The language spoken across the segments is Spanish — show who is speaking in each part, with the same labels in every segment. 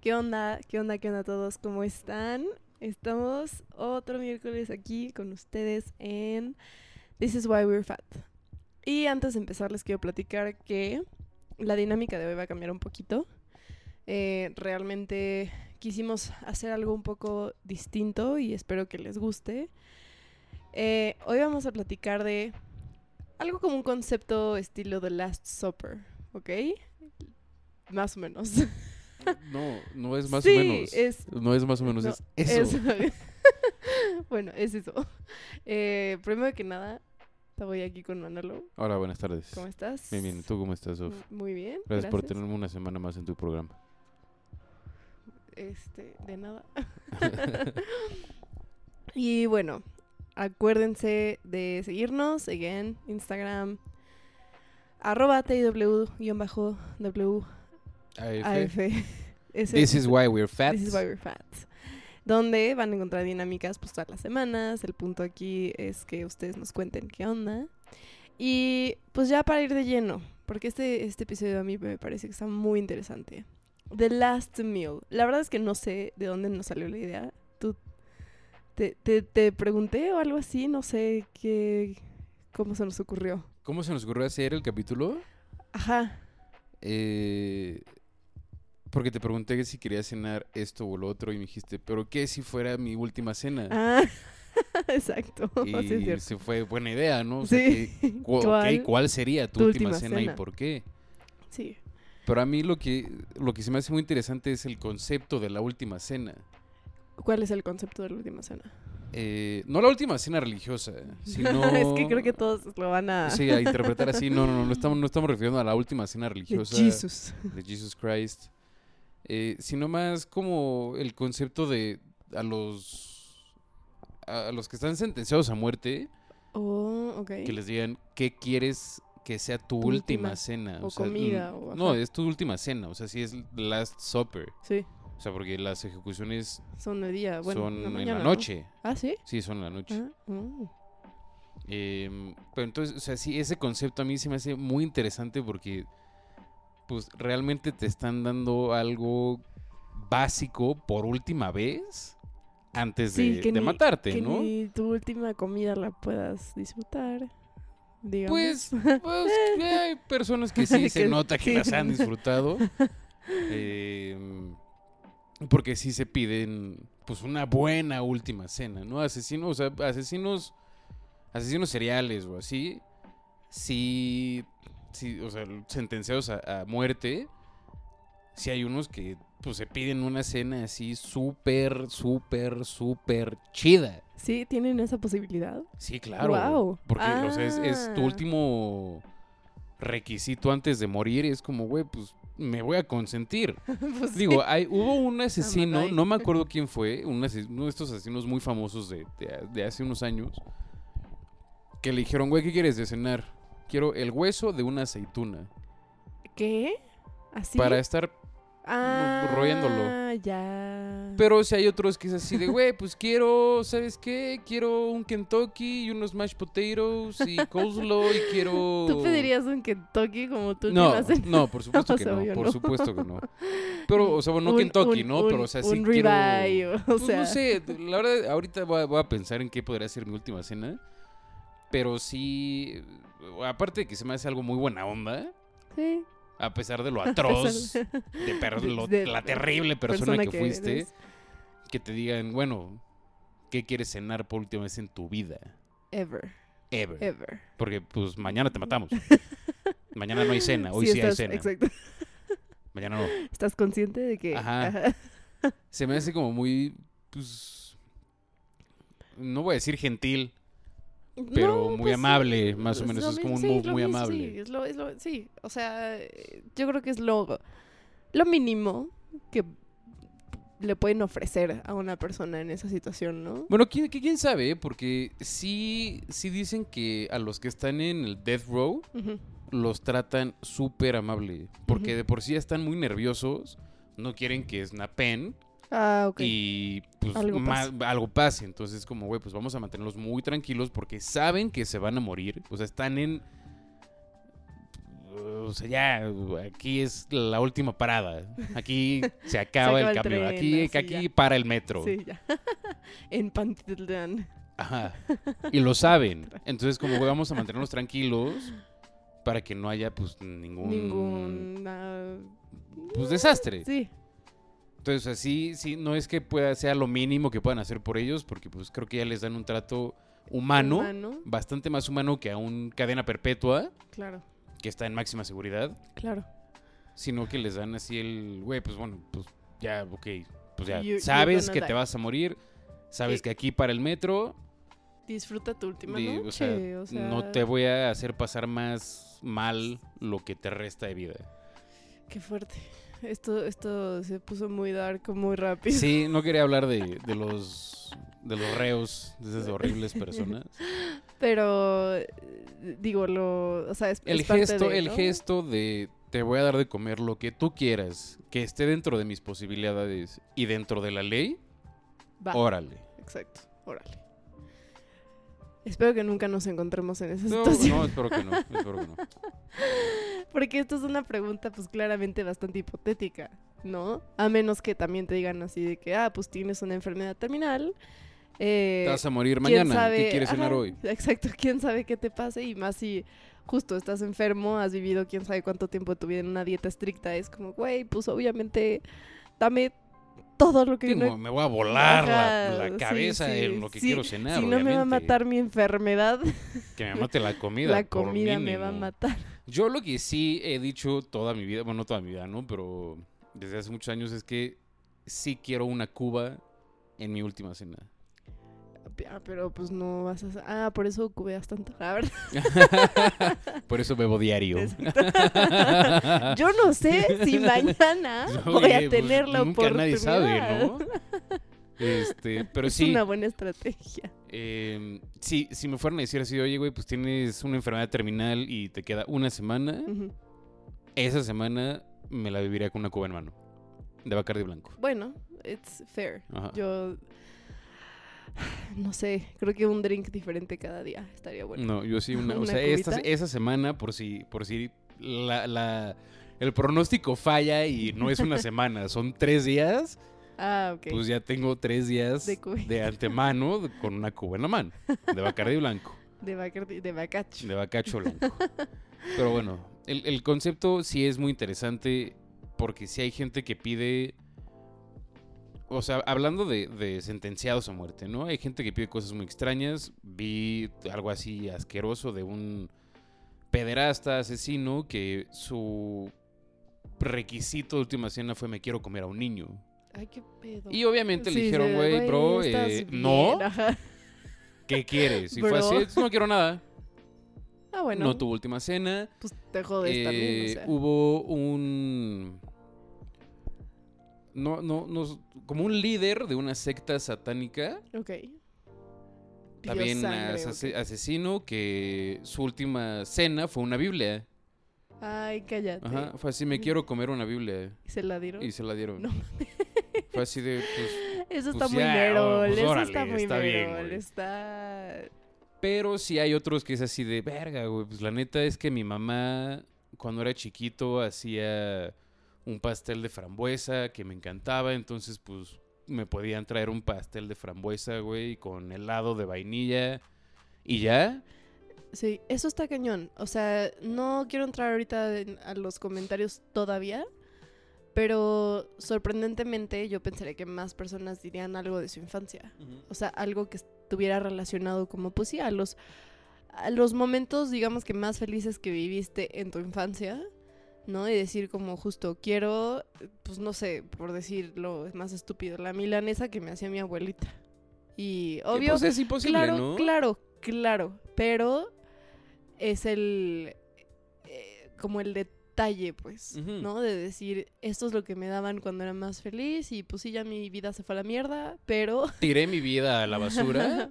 Speaker 1: ¿Qué onda? ¿Qué onda? ¿Qué onda a todos? ¿Cómo están? Estamos otro miércoles aquí con ustedes en This is Why We're Fat. Y antes de empezar les quiero platicar que la dinámica de hoy va a cambiar un poquito. Eh, realmente quisimos hacer algo un poco distinto y espero que les guste. Eh, hoy vamos a platicar de algo como un concepto estilo The Last Supper, ¿ok? Más o menos.
Speaker 2: No, no es más
Speaker 1: Sí,
Speaker 2: o menos.
Speaker 1: es-
Speaker 2: No es más o menos,
Speaker 1: No,
Speaker 2: es eso.
Speaker 1: es- bueno, es eso. Eh, primero que nada, te voy aquí con Manolo.
Speaker 2: Hola, buenas tardes.
Speaker 1: ¿Cómo estás?
Speaker 2: Bien, bien. ¿Tú cómo estás, Sof?
Speaker 1: M- Muy bien.
Speaker 2: Gracias, por tenerme una semana más en tu programa.
Speaker 1: Este, de nada. y bueno, acuérdense de seguirnos, again, Instagram, arroba TIW-WAF. Ese-
Speaker 2: This is why we're fat.
Speaker 1: This is why we're fat. Donde van a encontrar dinámicas pues, todas las semanas. El punto aquí es que ustedes nos cuenten qué onda. Y pues ya para ir de lleno, porque este, este episodio a mí me parece que está muy interesante. The Last Meal. La verdad es que no sé de dónde nos salió la idea. Tú te, te, te pregunté o algo así, no sé qué cómo se nos ocurrió.
Speaker 2: ¿Cómo se nos ocurrió hacer el capítulo?
Speaker 1: Ajá.
Speaker 2: Eh, porque te pregunté que si quería cenar esto o lo otro y me dijiste, pero ¿qué si fuera mi última cena?
Speaker 1: Ah, exacto.
Speaker 2: y
Speaker 1: Sí, es cierto.
Speaker 2: se fue buena idea, ¿no? O sea,
Speaker 1: Sí.
Speaker 2: que- cu- ok,
Speaker 1: ¿Cuál?
Speaker 2: ¿Cuál? sería tu,
Speaker 1: tu
Speaker 2: última,
Speaker 1: última
Speaker 2: cena,
Speaker 1: cena?
Speaker 2: y por qué?
Speaker 1: Sí.
Speaker 2: Pero a mí lo que, lo que se me hace muy interesante es el concepto de la última cena.
Speaker 1: ¿Cuál es el concepto de la última cena?
Speaker 2: Eh, no la última cena religiosa, eh, sino...
Speaker 1: es que creo que todos lo van a.
Speaker 2: Sí, a interpretar así. No, no, no, no estamos, no estamos refiriendo a la última cena
Speaker 1: De
Speaker 2: religiosa
Speaker 1: Jesus.
Speaker 2: de Jesus Christ, eh, sino más como el concepto de a los, a a los que están sentenciados a muerte,
Speaker 1: Oh, ok.
Speaker 2: que les digan qué quieres que sea tu,
Speaker 1: Tu última,
Speaker 2: última cena.
Speaker 1: o comida,
Speaker 2: mm,
Speaker 1: o ajá.
Speaker 2: no, es tu última cena, o sea, sí es Last Supper.
Speaker 1: Sí,
Speaker 2: O sea, porque las ejecuciones
Speaker 1: son de día. Ah, Bueno,
Speaker 2: son
Speaker 1: de
Speaker 2: en
Speaker 1: mañana,
Speaker 2: la
Speaker 1: ¿no?
Speaker 2: noche.
Speaker 1: Ah, sí.
Speaker 2: Sí, son en la noche.
Speaker 1: Ah, oh.
Speaker 2: Em, pero entonces, o sea, sí, ese concepto a mí se me hace muy interesante porque, pues, realmente te están dando algo básico por última vez antes
Speaker 1: Sí,
Speaker 2: de,
Speaker 1: que
Speaker 2: de
Speaker 1: ni-
Speaker 2: matarte,
Speaker 1: que
Speaker 2: ¿no?
Speaker 1: ni tu última comida la puedas disfrutar. Digamos.
Speaker 2: Pues, pues, que hay personas que sí se
Speaker 1: Que
Speaker 2: nota que
Speaker 1: sí.
Speaker 2: las han disfrutado. em, porque sí se piden, pues, una buena última cena, ¿no? Asesinos, o sea, asesinos, asesinos seriales o así, sí, sí, o sea, sentenciados a, a muerte, sí hay unos que, pues, se piden una cena así súper, súper, súper chida.
Speaker 1: Sí, tienen esa posibilidad.
Speaker 2: Sí, claro.
Speaker 1: Guau.
Speaker 2: Porque, o sea, es, es tu
Speaker 1: Ah.
Speaker 2: último requisito antes de morir. Es como, güey, pues me voy a consentir.
Speaker 1: Pues sí.
Speaker 2: Digo, hay, hubo un asesino,
Speaker 1: bye.
Speaker 2: no me acuerdo quién fue, un ase- uno de estos asesinos muy famosos de, de- de hace unos años, que le dijeron, güey, ¿qué quieres de cenar? Quiero el hueso de una aceituna
Speaker 1: ¿Qué? Así.
Speaker 2: para estar...
Speaker 1: ah,
Speaker 2: royéndolo.
Speaker 1: ya.
Speaker 2: Pero si hay otros que es así de, güey, pues quiero, ¿sabes qué? Quiero un Kentucky y unos mashed potatoes y coleslaw y quiero...
Speaker 1: ¿Tú pedirías un Kentucky como tú
Speaker 2: no,
Speaker 1: última cena?
Speaker 2: no, por supuesto
Speaker 1: O
Speaker 2: que
Speaker 1: sea,
Speaker 2: no,
Speaker 1: obvio
Speaker 2: por
Speaker 1: no.
Speaker 2: supuesto que no. Pero, o sea, bueno, no
Speaker 1: Un-
Speaker 2: Kentucky,
Speaker 1: un-
Speaker 2: ¿no?
Speaker 1: un-
Speaker 2: Pero, o sea, sí
Speaker 1: un
Speaker 2: quiero...
Speaker 1: ribeye, o
Speaker 2: Pues,
Speaker 1: sea.
Speaker 2: no sé, la verdad, ahorita voy a, voy a pensar en qué podría ser mi última cena. Pero sí, aparte de que se me hace algo muy buena onda,
Speaker 1: Sí.
Speaker 2: a pesar de lo atroz, de, per-
Speaker 1: de-
Speaker 2: lo-
Speaker 1: de-
Speaker 2: la terrible persona, que, fuiste,
Speaker 1: eres.
Speaker 2: que te digan, bueno, ¿qué quieres cenar por última vez en tu vida?
Speaker 1: Ever,
Speaker 2: Ever.
Speaker 1: ever.
Speaker 2: Porque, pues, mañana te matamos. mañana no hay cena, hoy
Speaker 1: Sí,
Speaker 2: sí, hay
Speaker 1: estás-
Speaker 2: cena.
Speaker 1: Exacto.
Speaker 2: Mañana no.
Speaker 1: ¿Estás consciente de que?
Speaker 2: Ajá. Se me hace como muy, pues, no voy a decir gentil, pero
Speaker 1: No,
Speaker 2: muy
Speaker 1: pues,
Speaker 2: amable,
Speaker 1: sí,
Speaker 2: más o menos.
Speaker 1: lo
Speaker 2: Es como un
Speaker 1: mismo- sí,
Speaker 2: move
Speaker 1: lo
Speaker 2: muy
Speaker 1: mismo,
Speaker 2: amable.
Speaker 1: Sí, es lo, es lo- sí, o sea, eh, yo creo que es lo, lo mínimo que le pueden ofrecer a una persona en esa situación, ¿no?
Speaker 2: Bueno, ¿quién, que quién sabe? eh? Porque sí, sí dicen que a los que están en el death row
Speaker 1: Ujú.
Speaker 2: los tratan súper amable. Porque
Speaker 1: Ujú.
Speaker 2: de por sí ya están muy nerviosos, no quieren que snapen
Speaker 1: Ah, ok.
Speaker 2: y pues
Speaker 1: Algo
Speaker 2: ma- algo pase. Entonces como, güey, pues vamos a mantenerlos muy tranquilos porque saben que se van a morir. O sea, están en... o sea, ya, aquí es la última parada. Aquí se acaba,
Speaker 1: acaba
Speaker 2: el
Speaker 1: el
Speaker 2: camión.
Speaker 1: tren,
Speaker 2: aquí
Speaker 1: así
Speaker 2: aquí para el metro.
Speaker 1: Sí, ya. en Pantitlán.
Speaker 2: Ajá. Y lo saben. Entonces, como güey, vamos a mantenernos tranquilos para que no haya, pues, ningún,
Speaker 1: Ningún. ah,
Speaker 2: pues, desastre.
Speaker 1: sí,
Speaker 2: Entonces, así, sí, no es que pueda sea lo mínimo que puedan hacer por ellos, porque, pues, creo que ya les dan un trato humano,
Speaker 1: humano,
Speaker 2: bastante más humano que a un cadena perpetua,
Speaker 1: Claro,
Speaker 2: que está en máxima seguridad,
Speaker 1: claro.
Speaker 2: sino que les dan así el, güey, pues, bueno, pues, ya, ok, pues, ya,
Speaker 1: You- you're
Speaker 2: sabes
Speaker 1: gonna
Speaker 2: que
Speaker 1: die.
Speaker 2: te vas a morir, sabes
Speaker 1: Sí.
Speaker 2: que aquí para el metro,
Speaker 1: Disfruta tu última
Speaker 2: Di-
Speaker 1: noche.
Speaker 2: o sea, no te voy a hacer pasar más mal lo que te resta de vida.
Speaker 1: Qué fuerte. Esto, esto se puso muy dark, muy rápido.
Speaker 2: Sí, no quería hablar de, de los de los reos, de esas horribles personas.
Speaker 1: Pero eh, digo, lo. O sea, es,
Speaker 2: El
Speaker 1: es parte
Speaker 2: gesto,
Speaker 1: de,
Speaker 2: el
Speaker 1: ¿no?
Speaker 2: gesto de te voy a dar de comer lo que tú quieras, que esté dentro de mis posibilidades y dentro de la ley,
Speaker 1: Va,
Speaker 2: órale.
Speaker 1: Exacto. Órale. Espero que nunca nos encontremos en esa
Speaker 2: No,
Speaker 1: situación.
Speaker 2: no, espero que no, espero que no.
Speaker 1: Eh, Porque esto es una pregunta, pues claramente bastante hipotética, ¿no? A menos que también te digan así de que, ah, pues tienes una enfermedad terminal. eh,
Speaker 2: Te vas a morir
Speaker 1: ¿quién
Speaker 2: mañana,
Speaker 1: sabe-
Speaker 2: ¿qué quieres
Speaker 1: ajá,
Speaker 2: cenar hoy?
Speaker 1: Exacto, quién sabe qué te pase y más si justo estás enfermo, has vivido quién sabe cuánto tiempo de tu vida en una dieta estricta, es como, güey, pues obviamente dame todo lo que
Speaker 2: Digo,
Speaker 1: no-
Speaker 2: me voy a volar la-
Speaker 1: Ajá,
Speaker 2: la,
Speaker 1: sí,
Speaker 2: cabeza
Speaker 1: sí,
Speaker 2: en lo que
Speaker 1: sí,
Speaker 2: quiero cenar.
Speaker 1: si no me va a
Speaker 2: obviamente.
Speaker 1: matar mi enfermedad,
Speaker 2: Que me mate la comida.
Speaker 1: la
Speaker 2: por
Speaker 1: comida me va a
Speaker 2: mínimo.
Speaker 1: matar.
Speaker 2: Yo lo que sí he dicho toda mi vida, bueno, no toda mi vida, ¿no? Pero desde hace muchos años es que sí quiero una cuba en mi última cena.
Speaker 1: Ah, pero pues no vas a... Ah, por eso cubeas tanto, la verdad.
Speaker 2: Por eso bebo diario.
Speaker 1: Exacto. Yo no sé si mañana Ah, voy
Speaker 2: Oye,
Speaker 1: a
Speaker 2: pues,
Speaker 1: tener la
Speaker 2: Nunca
Speaker 1: oportunidad.
Speaker 2: nadie sabe, ¿no? Este, pero
Speaker 1: es
Speaker 2: sí,
Speaker 1: una buena estrategia.
Speaker 2: eh, sí, si me fueran a decir así, oye, güey, pues tienes una enfermedad terminal y te queda una semana,
Speaker 1: Ujú.
Speaker 2: esa semana me la viviría con una cuba en mano, de Bacardi Blanco.
Speaker 1: Bueno, it's fair.
Speaker 2: Ajá.
Speaker 1: Yo no sé, creo que un drink diferente cada día estaría bueno.
Speaker 2: No, yo sí una. o
Speaker 1: ¿Una
Speaker 2: sea, esta,
Speaker 1: cubita?
Speaker 2: esa semana, por si, por si la, la- el pronóstico falla y no es una semana, son tres días,
Speaker 1: Ah, ok.
Speaker 2: pues ya tengo tres días
Speaker 1: De
Speaker 2: de,
Speaker 1: cuba.
Speaker 2: antemano de- con una cuba en la mano, de Bacardi Blanco,
Speaker 1: de Bacardi, de Bacacho.
Speaker 2: de Bacacho Blanco. Pero bueno, el, el concepto sí es muy interesante porque sí hay gente que pide. O sea, hablando de, de sentenciados a muerte, ¿no? Hay gente que pide cosas muy extrañas. Vi algo así asqueroso de un pederasta asesino que su requisito de última cena fue me quiero comer a un niño.
Speaker 1: Ay, qué pedo.
Speaker 2: Y obviamente
Speaker 1: Sí,
Speaker 2: le dijeron,
Speaker 1: sí,
Speaker 2: güey, bro,
Speaker 1: estás
Speaker 2: eh,
Speaker 1: bien",
Speaker 2: no,
Speaker 1: ajá. Ah,
Speaker 2: ¿qué quieres? Y fue
Speaker 1: Bro.
Speaker 2: así, no quiero nada.
Speaker 1: Ah, bueno.
Speaker 2: No tuvo última cena.
Speaker 1: Pues te jodes también, o
Speaker 2: Eh,
Speaker 1: sea.
Speaker 2: Hubo un. No, no, no. Como un líder de una secta satánica.
Speaker 1: Ok. Pidió
Speaker 2: también
Speaker 1: sangre,
Speaker 2: ase-
Speaker 1: ok.
Speaker 2: asesino. Que su última cena fue una Biblia.
Speaker 1: Ay, cállate.
Speaker 2: Ajá. Fue así: me quiero comer una Biblia.
Speaker 1: ¿Y se la dieron?
Speaker 2: Y se la dieron.
Speaker 1: Mm. No
Speaker 2: Fue así de. pues,
Speaker 1: Eso
Speaker 2: Pues
Speaker 1: está muy
Speaker 2: ya,
Speaker 1: merol,
Speaker 2: pues
Speaker 1: eso
Speaker 2: órale,
Speaker 1: está muy
Speaker 2: está bien,
Speaker 1: merol,
Speaker 2: güey.
Speaker 1: está...
Speaker 2: Pero sí hay otros que es así de verga, güey. Pues la neta es que mi mamá, cuando era chiquito, hacía un pastel de frambuesa que me encantaba. Entonces, pues me podían traer un pastel de frambuesa, güey, con helado de vainilla. Y ya.
Speaker 1: Sí, eso está cañón. O sea, no quiero entrar ahorita en- a los comentarios todavía, pero sorprendentemente yo pensaría que más personas dirían algo de su infancia. O sea, algo que estuviera relacionado como, pues sí, a los, a los momentos, digamos que más felices que viviste en tu infancia, ¿no? Y decir como justo, quiero, pues no sé, por decirlo, es más estúpido, la milanesa que me hacía mi abuelita. Y
Speaker 2: Que,
Speaker 1: obvio,
Speaker 2: pues, es imposible,
Speaker 1: claro,
Speaker 2: ¿no?
Speaker 1: claro, claro, pero es el, eh, como el detalle, pues,
Speaker 2: Ujú.
Speaker 1: ¿no? De decir, esto es lo que me daban cuando era más feliz y pues sí, ya mi vida se fue a la mierda, pero...
Speaker 2: Tiré mi vida a la basura.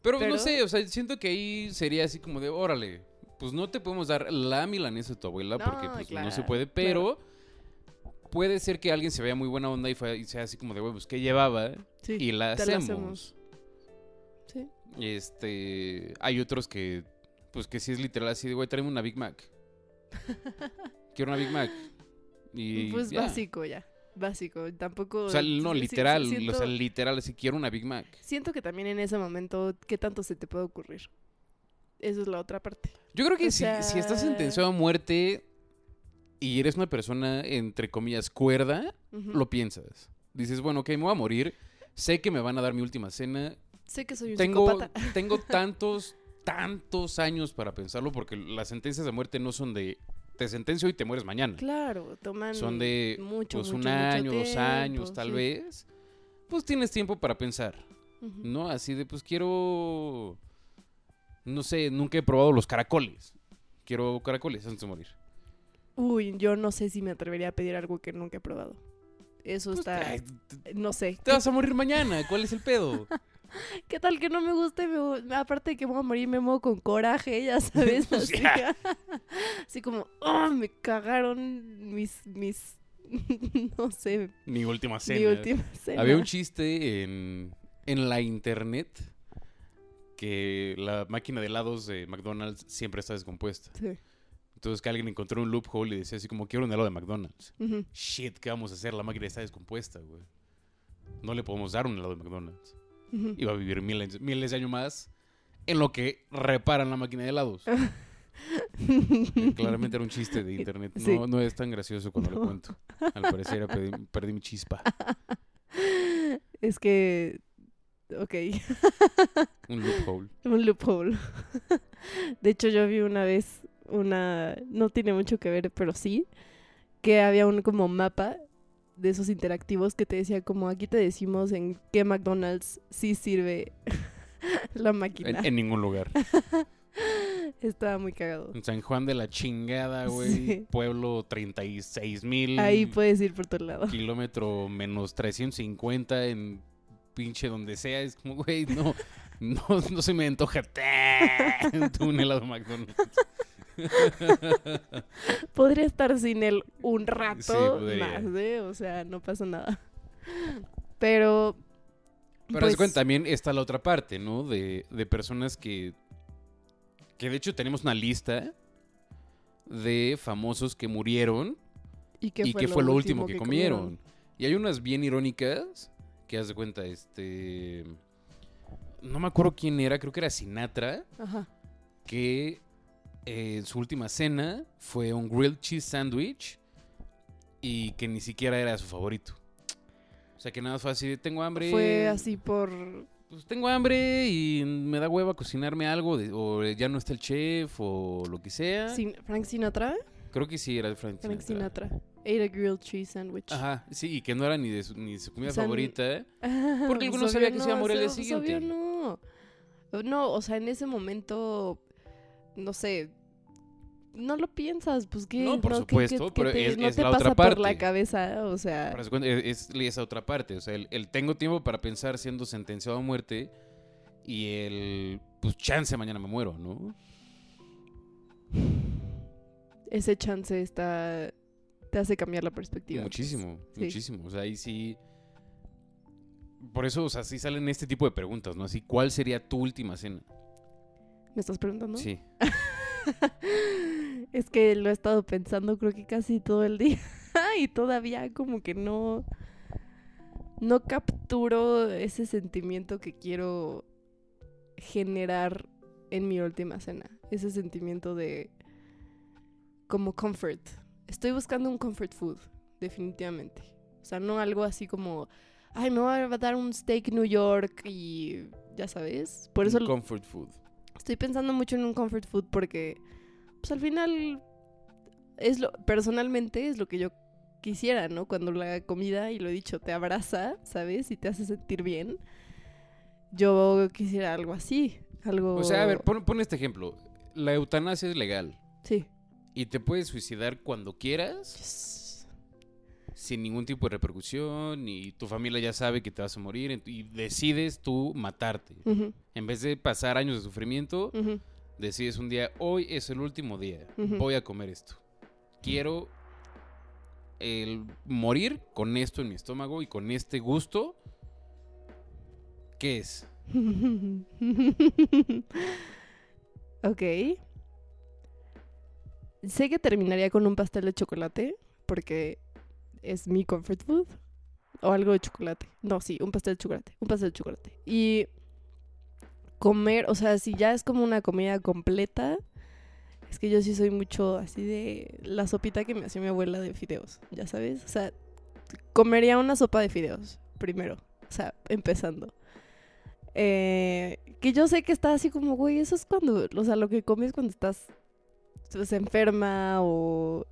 Speaker 2: Pero, pues,
Speaker 1: Pero-
Speaker 2: no sé, o sea, siento que ahí sería así como de, órale, pues no te podemos dar la milanesa de tu abuela
Speaker 1: No,
Speaker 2: porque pues, no se
Speaker 1: claro,
Speaker 2: puede, pero puede ser que alguien se vea muy buena onda y, fue- y sea así como de, güey, pues ¿qué llevaba?
Speaker 1: Sí,
Speaker 2: Y la
Speaker 1: te
Speaker 2: hacemos.
Speaker 1: Sí.
Speaker 2: Este, hay otros que, pues que sí es literal así de, güey, tráeme una Big Mac. Quiero una Big Mac. Y
Speaker 1: pues
Speaker 2: ya.
Speaker 1: básico ya. Básico. Tampoco.
Speaker 2: O sea, no,
Speaker 1: sí, sí,
Speaker 2: literal.
Speaker 1: sí, siento,
Speaker 2: O sea, literal, así quiero una Big Mac.
Speaker 1: siento que también en ese momento, ¿qué tanto se te puede ocurrir? Eso es la otra parte.
Speaker 2: Yo creo que
Speaker 1: O
Speaker 2: si, si estás
Speaker 1: sea-
Speaker 2: sentenciado a muerte y eres una persona, entre comillas, cuerda,
Speaker 1: Ujú.
Speaker 2: lo piensas. Dices, bueno, ok, me voy a morir. Sé que me van a dar mi última cena.
Speaker 1: Sé que soy un
Speaker 2: Tengo,
Speaker 1: psicópata.
Speaker 2: tengo tantos, tantos años para pensarlo porque las sentencias de muerte no son de te sentencio y te mueres mañana.
Speaker 1: Claro, toman
Speaker 2: Son de
Speaker 1: mucho,
Speaker 2: pues
Speaker 1: mucho,
Speaker 2: un
Speaker 1: mucho
Speaker 2: año, dos
Speaker 1: tiempo,
Speaker 2: años, tal
Speaker 1: sí.
Speaker 2: vez. Pues tienes tiempo para pensar,
Speaker 1: Ujú.
Speaker 2: ¿no? Así de, pues quiero. No sé, nunca he probado los caracoles. Quiero caracoles antes de morir.
Speaker 1: Uy, yo no sé si me atrevería a pedir algo que nunca he probado. Eso
Speaker 2: Pues,
Speaker 1: está.
Speaker 2: ay, te-
Speaker 1: No sé.
Speaker 2: te vas a morir mañana, ¿cuál es el pedo?
Speaker 1: ¿Qué tal que no me guste? Me vo- aparte de que voy a morir, me muevo con coraje, ya sabes.
Speaker 2: Pues
Speaker 1: así,
Speaker 2: ya.
Speaker 1: así como, oh, me cagaron mis. mis no sé,
Speaker 2: Mi última cena.
Speaker 1: mi última cena.
Speaker 2: Había un chiste en, en la internet que la máquina de helados de McDonald's siempre está descompuesta.
Speaker 1: Sí.
Speaker 2: Entonces que alguien encontró un loophole y decía así como quiero un helado de McDonald's.
Speaker 1: Ujú.
Speaker 2: Shit, ¿qué vamos a hacer? La máquina está descompuesta, güey. No le podemos dar un helado de McDonald's.
Speaker 1: Ujú.
Speaker 2: Iba a vivir miles, miles de años más en lo que reparan la máquina de helados. Eh, Claramente era un chiste de internet.
Speaker 1: Sí.
Speaker 2: No, no es tan gracioso cuando
Speaker 1: No.
Speaker 2: lo cuento. Al parecer perdí, perdí mi chispa.
Speaker 1: Es que. Ok.
Speaker 2: Un loophole.
Speaker 1: Un loophole. De hecho, yo vi una vez una. No tiene mucho que ver, pero sí. Que había un como mapa de esos interactivos que te decía, como aquí te decimos en qué McDonald's sí sirve la máquina.
Speaker 2: En, en ningún lugar.
Speaker 1: Estaba muy cagado.
Speaker 2: En San Juan de la chingada, güey.
Speaker 1: Sí.
Speaker 2: Pueblo 36 mil.
Speaker 1: Ahí puedes ir por tu lado.
Speaker 2: Kilómetro menos 350 en pinche donde sea. Es como, güey, no, no, no se me antoja tanto un helado McDonald's.
Speaker 1: Podría estar sin él un
Speaker 2: Sí,
Speaker 1: rato
Speaker 2: podría.
Speaker 1: más, ¿eh? O sea, no pasa nada. Pero.
Speaker 2: Pero haz
Speaker 1: pues,
Speaker 2: de cuenta, también está la otra parte, ¿no? De, de personas que. Que de hecho tenemos una lista de famosos que murieron
Speaker 1: ¿Y qué
Speaker 2: y
Speaker 1: fue,
Speaker 2: qué
Speaker 1: lo,
Speaker 2: fue lo
Speaker 1: último,
Speaker 2: último que, comieron. Y hay unas bien irónicas que haz de cuenta, este. No me acuerdo quién era, creo que era Sinatra,
Speaker 1: Ajá.
Speaker 2: que eh, su última cena fue un grilled cheese sandwich y que ni siquiera era su favorito. O sea que nada más fue así, de, tengo hambre.
Speaker 1: Fue así por.
Speaker 2: Pues tengo hambre y me da hueva cocinarme algo, de- o ya no está el chef, o lo que sea.
Speaker 1: Sin- Frank Sinatra.
Speaker 2: Creo que sí era el Frank
Speaker 1: Frank
Speaker 2: Ah. Sinatra.
Speaker 1: Sinatra. Ate a grilled cheese sandwich.
Speaker 2: Ajá, sí, y que no era ni de su, ni su comida
Speaker 1: O sea,
Speaker 2: favorita. ¿eh?
Speaker 1: Porque
Speaker 2: alguno sabía que se iba a morir al día siguiente.
Speaker 1: no. No, o sea, en ese momento, no sé, no lo piensas, pues que
Speaker 2: No, por supuesto, pero es-
Speaker 1: no
Speaker 2: es
Speaker 1: te
Speaker 2: la
Speaker 1: pasa
Speaker 2: otra
Speaker 1: por la
Speaker 2: parte.
Speaker 1: cabeza, o sea,
Speaker 2: Pero se cuenta, e-, Es, es esa otra parte, o sea, el, el tengo tiempo para pensar siendo sentenciado a muerte y el, pues chance mañana me muero, ¿no?
Speaker 1: ese chance está te hace cambiar la perspectiva.
Speaker 2: Muchísimo,
Speaker 1: Sí.
Speaker 2: muchísimo. O sea, ahí sí. Por eso, o sea, sí salen este tipo de preguntas, ¿no? Así, ¿cuál sería tu última cena?
Speaker 1: ¿Me estás preguntando?
Speaker 2: Sí.
Speaker 1: es que lo he estado pensando creo que casi todo el día y todavía como que no no capturo ese sentimiento que quiero generar en mi última cena, ese sentimiento de como comfort. Estoy buscando un comfort food, definitivamente. O sea, no algo así como ay, me voy a dar un steak New York y ya sabes. Por eso
Speaker 2: Un Comfort food.
Speaker 1: Estoy pensando mucho en un comfort food porque, pues al final, es lo, personalmente es lo que yo quisiera, ¿no? Cuando la comida, y lo he dicho, te abraza, ¿sabes? Y te hace sentir bien. Yo quisiera algo así, algo...
Speaker 2: O sea, a ver, pon, pon este ejemplo. La eutanasia es legal
Speaker 1: Sí.
Speaker 2: y te puedes suicidar cuando quieras sin ningún tipo de repercusión y tu familia ya sabe que te vas a morir ent- y decides tú matarte.
Speaker 1: Ujú,
Speaker 2: En vez de pasar años de sufrimiento,
Speaker 1: ujú.
Speaker 2: decides un día, hoy es el último día,
Speaker 1: Ujú.
Speaker 2: voy a comer esto. Quiero el morir con esto en mi estómago y con este gusto. ¿Qué es?
Speaker 1: ok. Sé que terminaría con un pastel de chocolate, porque es mi comfort food. O algo de chocolate. No, sí, un pastel de chocolate. Un pastel de chocolate. Y comer, o sea, si ya es como una comida completa, es que yo sí soy mucho así de la sopita que me hacía mi abuela de fideos, ya sabes. O sea, comería una sopa de fideos primero. O sea, empezando. Eh, que yo sé que está así como, güey, eso es cuando, o sea, lo que comes cuando estás pues, enferma o...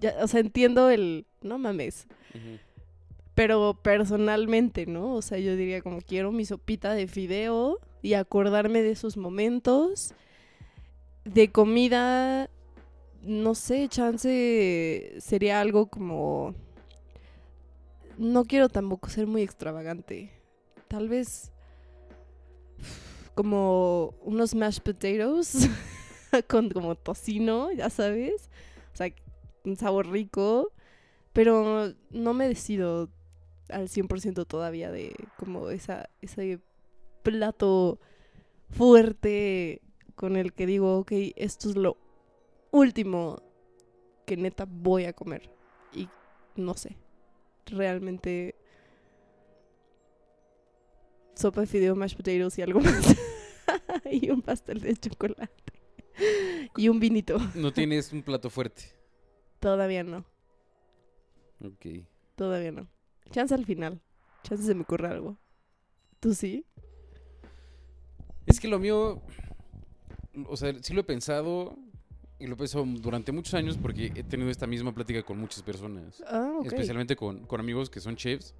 Speaker 1: ya- o sea, entiendo el, no mames.
Speaker 2: Ujú.
Speaker 1: Pero personalmente, ¿no? O sea, yo diría como quiero mi sopita de fideo y acordarme de esos momentos. De comida, no sé, chance sería algo como... No quiero tampoco ser muy extravagante. Tal vez como unos mashed potatoes con como tocino, ya sabes. O sea, un sabor rico. Pero no me decido al 100% todavía de como esa, ese plato fuerte con el que digo, ok, esto es lo último que neta voy a comer. Y no sé, realmente sopa de fideo, mashed potatoes y algo más. y un pastel de chocolate. y un vinito.
Speaker 2: No tienes un plato fuerte.
Speaker 1: Todavía no,
Speaker 2: Ok.
Speaker 1: todavía no. Chance al final. Chance se me ocurra algo. ¿Tú sí?
Speaker 2: Es que lo mío, o sea, sí lo he pensado y lo he pensado durante muchos años porque he tenido esta misma plática con muchas personas,
Speaker 1: Ah, ok.
Speaker 2: especialmente con, con amigos que son chefs.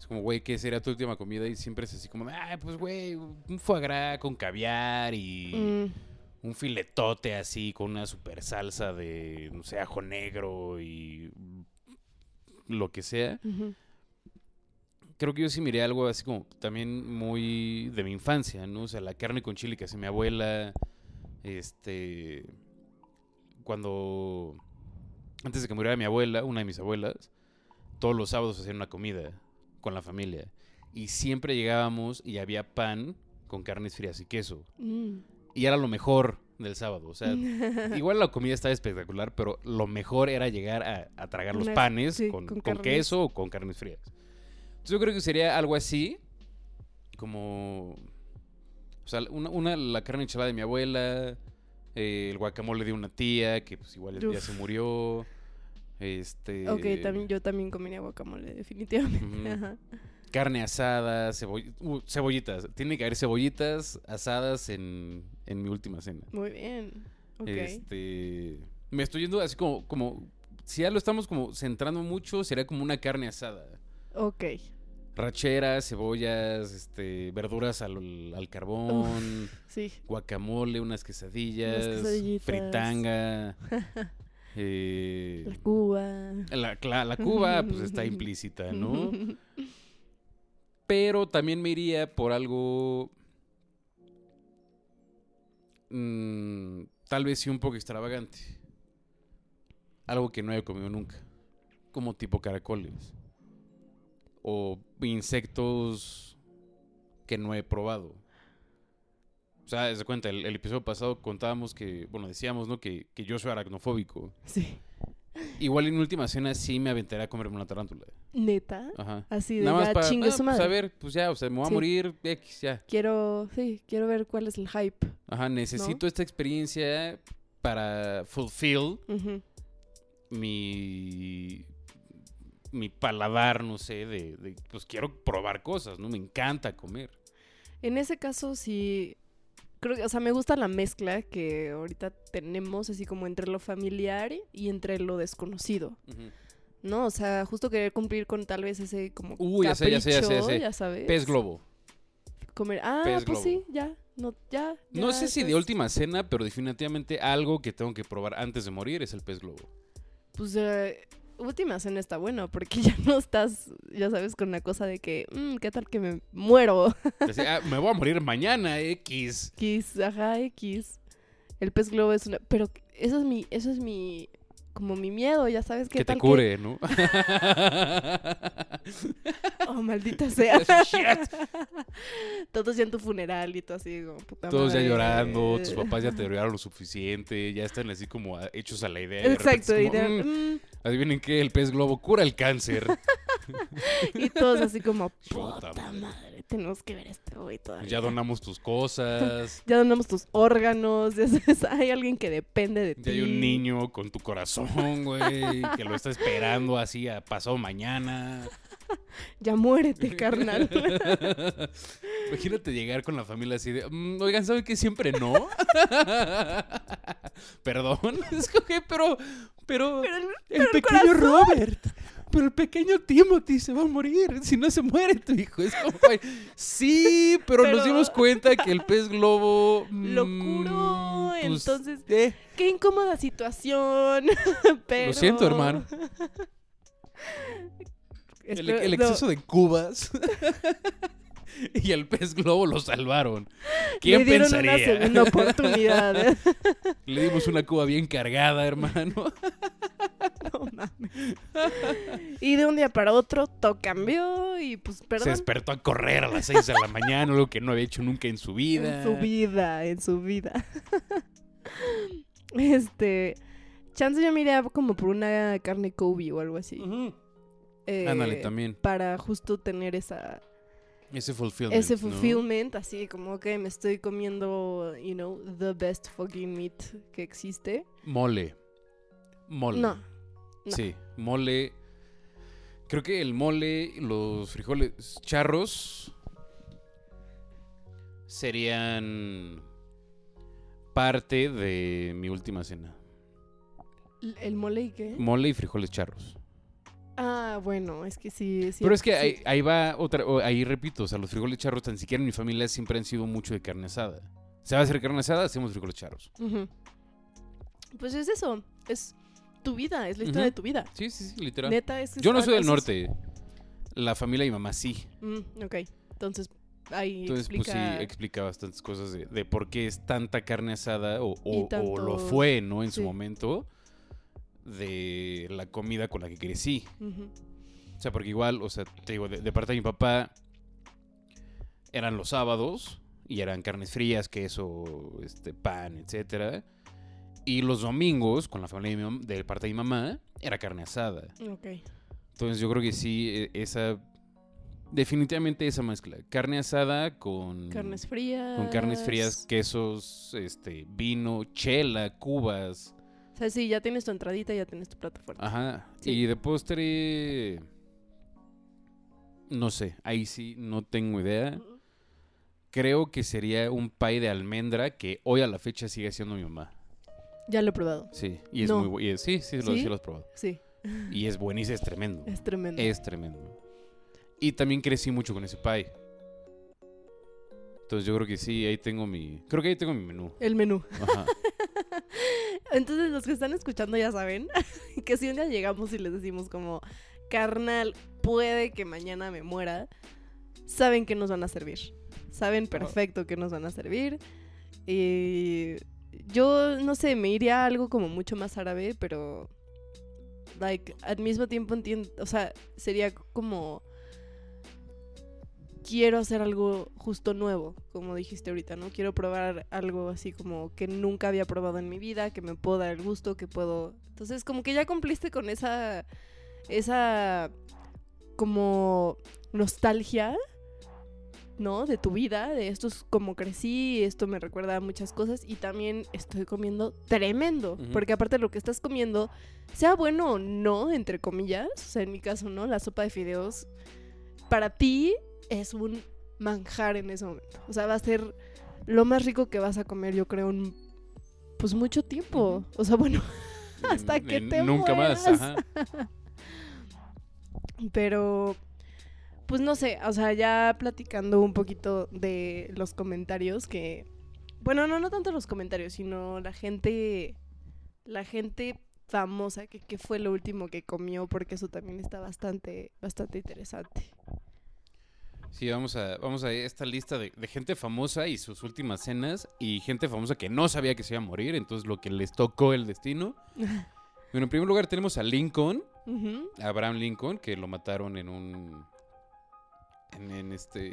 Speaker 2: Es como, güey, ¿qué será tu última comida? Y siempre es así como, ah, pues, güey, un foie gras con caviar y
Speaker 1: Mm,
Speaker 2: un filetote así con una super salsa de, no sé, ajo negro y lo que sea.
Speaker 1: ujú.
Speaker 2: creo que yo sí miré algo así como también muy de mi infancia, ¿no? O sea, la carne con chile que hacía mi abuela, este, cuando, antes de que muriera mi abuela, una de mis abuelas, todos los sábados hacían una comida con la familia. Y siempre llegábamos y había pan con carnes frías y queso.
Speaker 1: Mm.
Speaker 2: Y era lo mejor del sábado. O sea, igual la comida estaba espectacular, pero lo mejor era llegar a, a tragar los
Speaker 1: Una-
Speaker 2: panes
Speaker 1: sí,
Speaker 2: con,
Speaker 1: con
Speaker 2: con
Speaker 1: carnes.
Speaker 2: queso o con carnes frías. Entonces yo creo que sería algo así, como... O sea, una, una, la carne enchilada de mi abuela, eh, el guacamole de una tía, que pues igual ya se
Speaker 1: Uf.
Speaker 2: murió. Este,
Speaker 1: ok, también, yo también comería guacamole, definitivamente.
Speaker 2: Ujú.
Speaker 1: Ajá.
Speaker 2: Carne asada, ceboll- uh, cebollitas. Tiene que haber cebollitas asadas en, en mi última cena.
Speaker 1: Muy bien. Ok.
Speaker 2: Este. Me estoy yendo así como, como. Si ya lo estamos como centrando mucho, sería como una carne asada.
Speaker 1: Ok.
Speaker 2: Racheras, cebollas, este, verduras al, al carbón,
Speaker 1: Sí.
Speaker 2: guacamole, unas quesadillas,
Speaker 1: Unas quesadillitas.
Speaker 2: fritanga. eh,
Speaker 1: La Cuba.
Speaker 2: la, la- la Cuba, pues está implícita, ¿no? Pero también me iría por algo. mm, tal vez sí un poco extravagante. Algo que no haya comido nunca. Como tipo caracoles. O insectos que no he probado. O sea, se cuenta, el, el episodio pasado contábamos que, bueno, decíamos, ¿no? Que, que yo soy aracnofóbico.
Speaker 1: Sí.
Speaker 2: Igual en última cena sí me aventaré a comerme una tarántula.
Speaker 1: Neta.
Speaker 2: Ajá.
Speaker 1: Así de
Speaker 2: Nada más
Speaker 1: ya
Speaker 2: para
Speaker 1: chingue
Speaker 2: ah,
Speaker 1: su
Speaker 2: pues,
Speaker 1: madre.
Speaker 2: a ver, pues ya, o sea, me voy
Speaker 1: Sí.
Speaker 2: a morir, X, ya.
Speaker 1: Quiero, sí, quiero ver cuál es el hype.
Speaker 2: Ajá, necesito esta experiencia para fulfill
Speaker 1: Ujú.
Speaker 2: mi mi paladar, no sé, de, de, pues quiero probar cosas, ¿no? Me encanta comer.
Speaker 1: En ese caso, sí. Creo que, o sea, me gusta la mezcla que ahorita tenemos, así como entre lo familiar y entre lo desconocido, ¿no? O sea, justo querer cumplir con tal vez ese como
Speaker 2: Uy, ya sé, ya sé, ya sé, ya
Speaker 1: capricho,
Speaker 2: sé.
Speaker 1: sabes.
Speaker 2: Pez globo.
Speaker 1: comer. Ah, pues
Speaker 2: Pez globo.
Speaker 1: sí, ya. No, ya,
Speaker 2: No
Speaker 1: ya,
Speaker 2: sé si de
Speaker 1: estás-
Speaker 2: última cena, pero definitivamente algo que tengo que probar antes de morir es el pez globo.
Speaker 1: Pues eh, última cena está bueno, porque ya no estás, ya sabes, con la cosa de que, "Mm, ¿qué tal que me muero?
Speaker 2: Así, ah, me voy a morir mañana, X.
Speaker 1: X, ajá, X. El pez globo es una. Pero eso es mi, eso es mi como mi miedo, ya sabes que...
Speaker 2: Que te cure, ¿no?
Speaker 1: Oh, maldita sea.
Speaker 2: Shit.
Speaker 1: Todos ya en tu funeral y tú así como puta
Speaker 2: Todos ya
Speaker 1: madre.
Speaker 2: llorando, tus papás ya te lloraron lo suficiente, ya están así como a- hechos a la idea. y de repente
Speaker 1: Exacto,
Speaker 2: es
Speaker 1: y,
Speaker 2: como,
Speaker 1: de-
Speaker 2: "Mm,
Speaker 1: mm,
Speaker 2: adivinen qué, el pez globo cura el cáncer.
Speaker 1: y todos así como,
Speaker 2: Puta
Speaker 1: puta
Speaker 2: madre.
Speaker 1: madre. tenemos que ver a este güey todavía.
Speaker 2: ya donamos tus cosas.
Speaker 1: Ya donamos tus órganos, ya sabes, hay alguien que depende de ti.
Speaker 2: Ya hay un niño con tu corazón, güey, que lo está esperando así a pasado mañana.
Speaker 1: Ya muérete, carnal.
Speaker 2: Imagínate llegar con la familia así de, "Mm, oigan, ¿saben que siempre no? Perdón, es como que, pero, pero,
Speaker 1: Pero el-
Speaker 2: el pequeño Robert, pero el pequeño Timothy se va a morir si no se muere tu hijo. Es como, "Ay, sí, pero, nos
Speaker 1: Pero-
Speaker 2: dimos cuenta que el pez globo
Speaker 1: Lo
Speaker 2: mm,
Speaker 1: curó, entonces-
Speaker 2: eh,
Speaker 1: Qué incómoda situación. Pero...
Speaker 2: Lo siento, hermano. El,
Speaker 1: Espero-
Speaker 2: el
Speaker 1: no,
Speaker 2: exceso de cubas y el pez globo lo salvaron. ¿Quién
Speaker 1: le dieron
Speaker 2: pensaría?
Speaker 1: una segunda oportunidad. ¿eh?
Speaker 2: Le dimos una cuba bien cargada, hermano.
Speaker 1: No mames. Y de un día para otro todo cambió y pues
Speaker 2: Se
Speaker 1: perdón.
Speaker 2: despertó a correr a las 6 de la mañana, algo que no había hecho nunca en su vida.
Speaker 1: En su vida, en su vida. este, chance yo me iría como por una carne Kobe o algo así.
Speaker 2: Ujú.
Speaker 1: Eh,
Speaker 2: Ándale, también.
Speaker 1: Para justo tener esa,
Speaker 2: Ese fulfillment.
Speaker 1: ese
Speaker 2: ¿no?
Speaker 1: fulfillment, así como que me estoy comiendo, you know, the best fucking meat que existe.
Speaker 2: Mole. Mole.
Speaker 1: No, no.
Speaker 2: Sí, mole. Creo que el mole, los frijoles charros serían parte de mi última cena.
Speaker 1: L- ¿El mole y qué?
Speaker 2: Mole y frijoles charros.
Speaker 1: Ah, bueno, es que sí. sí
Speaker 2: Pero es que
Speaker 1: sí.
Speaker 2: ahí, ahí va otra, o ahí repito, o sea, los frijoles charros tan siquiera en mi familia siempre han sido mucho de carne asada. Se va a hacer carne asada, hacemos frijoles charros.
Speaker 1: Ujú. Pues es eso, es tu vida, es la historia
Speaker 2: Ujú.
Speaker 1: de tu vida.
Speaker 2: Sí, sí, sí, literal.
Speaker 1: Neta, es que
Speaker 2: Yo no
Speaker 1: están
Speaker 2: soy del
Speaker 1: esos-
Speaker 2: norte. La familia de mi mamá sí.
Speaker 1: Mm, ok, entonces ahí
Speaker 2: Entonces,
Speaker 1: explica...
Speaker 2: pues sí, explica bastantes cosas de, de por qué es tanta carne asada o,
Speaker 1: Y
Speaker 2: o- o lo
Speaker 1: tantos-
Speaker 2: fue, ¿no? En su
Speaker 1: sí.
Speaker 2: momento de la comida con la que crecí.
Speaker 1: Ujú.
Speaker 2: O sea, porque igual, o sea, te digo, de, de parte de mi papá eran los sábados y eran carnes frías, queso, este, pan, etcétera. Y los domingos, con la familia de, mi mam- de parte de mi mamá, era carne asada.
Speaker 1: Ok.
Speaker 2: Entonces yo creo que sí, e- esa... Definitivamente esa mezcla. Carne asada con...
Speaker 1: Carnes frías.
Speaker 2: Mm. Con carnes frías, quesos, este, vino, chela, cubas.
Speaker 1: O sea, sí, ya tienes tu entradita, ya tienes tu plato fuerte.
Speaker 2: Ajá.
Speaker 1: Sí.
Speaker 2: Y de postre. No sé, ahí sí no tengo idea.
Speaker 1: Ujú.
Speaker 2: Creo que sería un pie de almendra que hoy a la fecha sigue haciendo mi mamá. Ah.
Speaker 1: Ya lo he probado,
Speaker 2: Sí, y es
Speaker 1: No.
Speaker 2: muy bueno. Sí, sí, lo,
Speaker 1: ¿Sí?
Speaker 2: sí lo has probado.
Speaker 1: sí.
Speaker 2: Y es buenísimo, es tremendo.
Speaker 1: Es tremendo.
Speaker 2: Es tremendo. Y también crecí mucho con ese pie. Entonces yo creo que sí, ahí tengo mi. Creo que ahí tengo mi menú.
Speaker 1: El menú.
Speaker 2: Ajá.
Speaker 1: Entonces, los que están escuchando ya saben que si un día llegamos y les decimos como, carnal, puede que mañana me muera, saben que nos van a servir. Saben perfecto que nos van a servir. Y yo, no sé, me iría a algo como mucho más árabe, pero, like, al mismo tiempo entiendo, o sea, sería como... Quiero hacer algo justo nuevo, como dijiste ahorita, ¿no? Quiero probar algo así como que nunca había probado en mi vida, que me puedo dar el gusto, que puedo... Entonces, como que ya cumpliste con esa... Esa... Como... Nostalgia, ¿no? De tu vida, de esto es como crecí, esto me recuerda a muchas cosas y también estoy comiendo tremendo,
Speaker 2: Ujú.
Speaker 1: porque aparte lo que estás comiendo, sea bueno o no, entre comillas, o sea, en mi caso, ¿no? La sopa de fideos, para ti es un manjar en ese momento. O sea, va a ser lo más rico que vas a comer, yo creo, en pues mucho tiempo. O sea, bueno, Hasta que
Speaker 2: En-
Speaker 1: te
Speaker 2: Nunca más.
Speaker 1: mueras.
Speaker 2: Ajá.
Speaker 1: pero pues no sé, o sea, ya platicando un poquito de los comentarios que bueno, no no tanto los comentarios, sino la gente la gente famosa que qué fue lo último que comió porque eso también está bastante bastante interesante.
Speaker 2: Sí, vamos a, vamos a esta lista de, de gente famosa y sus últimas cenas y gente famosa que no sabía que se iba a morir, entonces lo que les tocó el destino. Bueno, en primer lugar tenemos a Lincoln,
Speaker 1: Ujú.
Speaker 2: a Abraham Lincoln, que lo mataron en un. En, en este.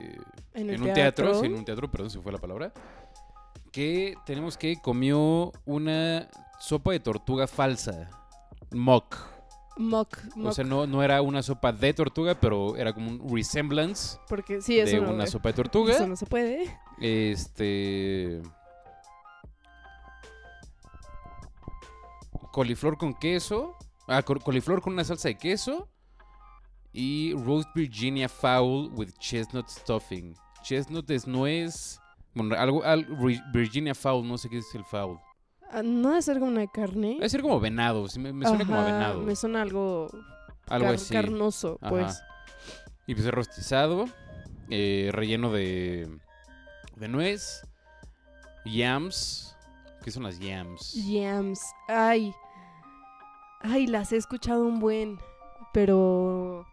Speaker 1: En, el
Speaker 2: en un teatro, sí, en un teatro, perdón si fue la palabra. Que tenemos que comió una sopa de tortuga falsa. Mock.
Speaker 1: Mock,
Speaker 2: O
Speaker 1: mock,
Speaker 2: sea, no, no era una sopa de tortuga, pero era como un resemblance
Speaker 1: porque sí, eso
Speaker 2: de
Speaker 1: no, eh,
Speaker 2: una
Speaker 1: eso
Speaker 2: sopa de tortuga.
Speaker 1: no se puede.
Speaker 2: Este. Coliflor con queso. Ah, col- coliflor con una salsa de queso. Y roast Virginia fowl with chestnut stuffing. Chestnut es nuez. Bueno, algo, al- Vir- Virginia fowl, no sé qué es el fowl.
Speaker 1: Ah, No es algo una carne.
Speaker 2: Debe ser como venado, sí, me, me suena como a
Speaker 1: Ajá,
Speaker 2: venado.
Speaker 1: Me suena algo,
Speaker 2: Algo
Speaker 1: car-
Speaker 2: así.
Speaker 1: carnoso,
Speaker 2: Ajá.
Speaker 1: pues.
Speaker 2: Y pues rostizado, eh, relleno de, de nuez, yams. ¿Qué son las yams?
Speaker 1: Yams. Ay. Ay, las he escuchado un buen. Pero.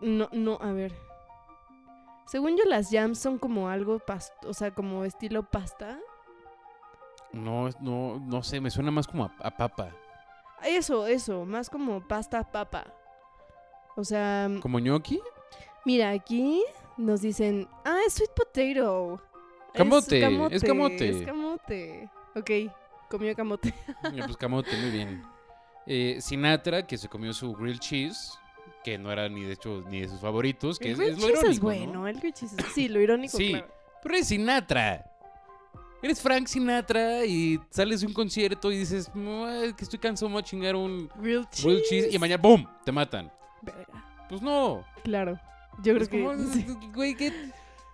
Speaker 1: No, no, a ver. Según yo, las yams son como algo past o sea, como estilo pasta.
Speaker 2: No, es- no, no sé, me suena más como a, a papa.
Speaker 1: Eso, eso, más como pasta papa. O sea,
Speaker 2: ¿Como ñoqui?
Speaker 1: mira, aquí nos dicen, ah, es sweet potato. Es
Speaker 2: Camote, es camote.
Speaker 1: Es camote. Ok, comió camote.
Speaker 2: Eh, Pues camote, muy bien. Eh, Sinatra, que se comió su grilled cheese, que no era ni de hecho ni de sus favoritos, que
Speaker 1: el
Speaker 2: es,
Speaker 1: grilled
Speaker 2: es lo
Speaker 1: cheese
Speaker 2: irónico,
Speaker 1: es bueno,
Speaker 2: ¿no?
Speaker 1: el grilled cheese es- Sí, lo irónico,
Speaker 2: Sí.
Speaker 1: claro.
Speaker 2: Pero eres Sinatra. Eres Frank Sinatra y sales de un concierto y dices, "Mua, es que estoy cansado, me voy a chingar un
Speaker 1: Grilled cheese.
Speaker 2: grilled cheese y mañana, ¡boom!, te matan.
Speaker 1: Verga,
Speaker 2: Pues no.
Speaker 1: Claro. Yo creo
Speaker 2: Es como,
Speaker 1: que... sí.
Speaker 2: güey, ¿qué?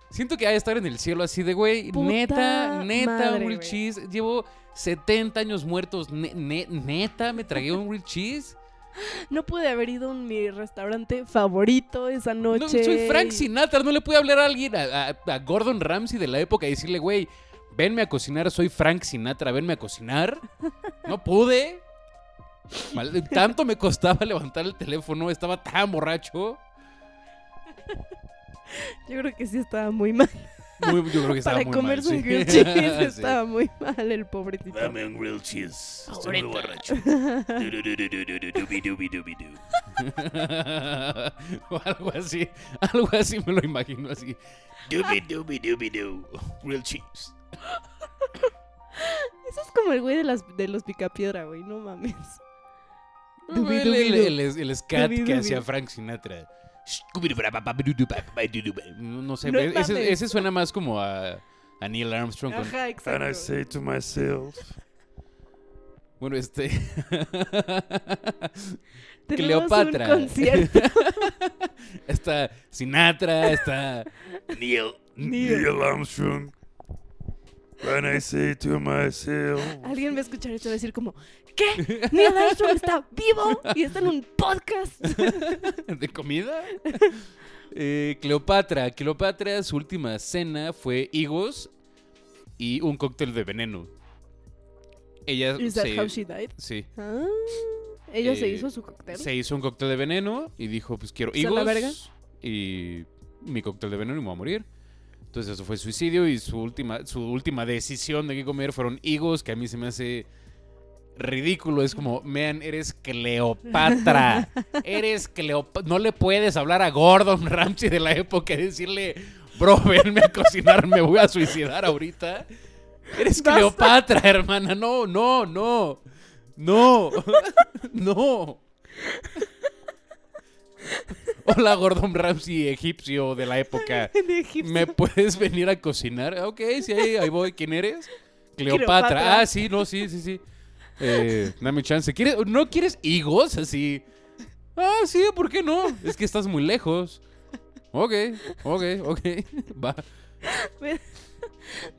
Speaker 2: Siento que hay de estar en el cielo así de, güey,
Speaker 1: Puta
Speaker 2: neta, neta,
Speaker 1: madre,
Speaker 2: un real
Speaker 1: güey.
Speaker 2: cheese. Llevo 70 años muertos, ne- ne- neta, me tragué un real cheese.
Speaker 1: No pude haber ido a mi restaurante favorito esa noche.
Speaker 2: No, soy Frank
Speaker 1: y-
Speaker 2: Sinatra, no le pude hablar a alguien, a, a- a Gordon Ramsay de la época y decirle, güey, venme a cocinar, soy Frank Sinatra, venme a cocinar. No pude. Mal- tanto me costaba levantar el teléfono, estaba tan borracho.
Speaker 1: Yo creo que sí estaba muy mal.
Speaker 2: Muy- yo creo que estaba
Speaker 1: Para
Speaker 2: muy mal,
Speaker 1: comerse un
Speaker 2: sí.
Speaker 1: grilled cheese
Speaker 2: Sí.
Speaker 1: estaba muy mal el pobrecito.
Speaker 3: Dame un grilled cheese. Estoy
Speaker 1: Ahorita.
Speaker 3: muy borracho. Du-du-du-du-du-du-du-du-du-du-du-du.
Speaker 2: o algo así, algo así me lo imagino así.
Speaker 3: Dubi-dubi-dubi-du. Grilled cheese.
Speaker 1: Eso es como el güey de, las, de los picapiedra, güey, no mames. Dubi,
Speaker 2: El,
Speaker 1: dubi,
Speaker 2: el-
Speaker 1: du.
Speaker 2: el- el scat
Speaker 1: Dubi,
Speaker 2: que
Speaker 1: dubi.
Speaker 2: hacía Frank Sinatra.
Speaker 3: Scooby-doo-ba-ba-ba-ba-doo-doo-ba-ba-doo-doo-ba.
Speaker 2: No, no sé,
Speaker 1: No
Speaker 2: ese-
Speaker 1: mames.
Speaker 2: ese, suena más como a, a Neil Armstrong. con-
Speaker 1: Ajá,
Speaker 4: And I
Speaker 1: exacto.
Speaker 4: say to myself,
Speaker 2: bueno, este.
Speaker 1: Tenemos
Speaker 2: Cleopatra.
Speaker 1: un concierto.
Speaker 2: está Sinatra, está.
Speaker 3: Neil.
Speaker 4: Neil Armstrong. And I say to myself,
Speaker 1: Alguien va a escuchar esto y va a decir como, ¿qué? Neil Armstrong está vivo y está en un podcast.
Speaker 2: ¿De comida? Eh, Cleopatra. Cleopatra, su última cena fue higos y un cóctel de veneno. Ella
Speaker 1: ¿Is that
Speaker 2: se-
Speaker 1: how she died?
Speaker 2: sí,
Speaker 1: Ah, ella se
Speaker 2: Eh,
Speaker 1: hizo su cóctel.
Speaker 2: se hizo un cóctel de veneno y dijo, pues quiero
Speaker 1: Pues, a
Speaker 2: higos
Speaker 1: la verga.
Speaker 2: y mi cóctel de veneno y me voy a morir. Entonces eso fue suicidio y su última, su última decisión de qué comer fueron higos, que a mí se me hace ridículo. Es como, man, eres Cleopatra. eres Cleopatra. No le puedes hablar a Gordon Ramsay de la época y decirle, bro, venme a cocinar, me voy a suicidar ahorita. Eres
Speaker 1: Basta.
Speaker 2: Cleopatra, hermana. No, no, no. No. no. Hola, Gordon Ramsay, egipcio de la época.
Speaker 1: De Egipto.
Speaker 2: ¿Me puedes venir a cocinar? Ah, Ok, sí, ahí, ahí voy. ¿Quién eres? Cleopatra.
Speaker 1: Cleopatra.
Speaker 2: Ah, sí, no, sí, sí, sí. Eh, dame chance. ¿Quieres- ¿No quieres higos? Así. Ah, sí, ¿por qué no? Es que estás muy lejos. Ok, ok, ok. Va.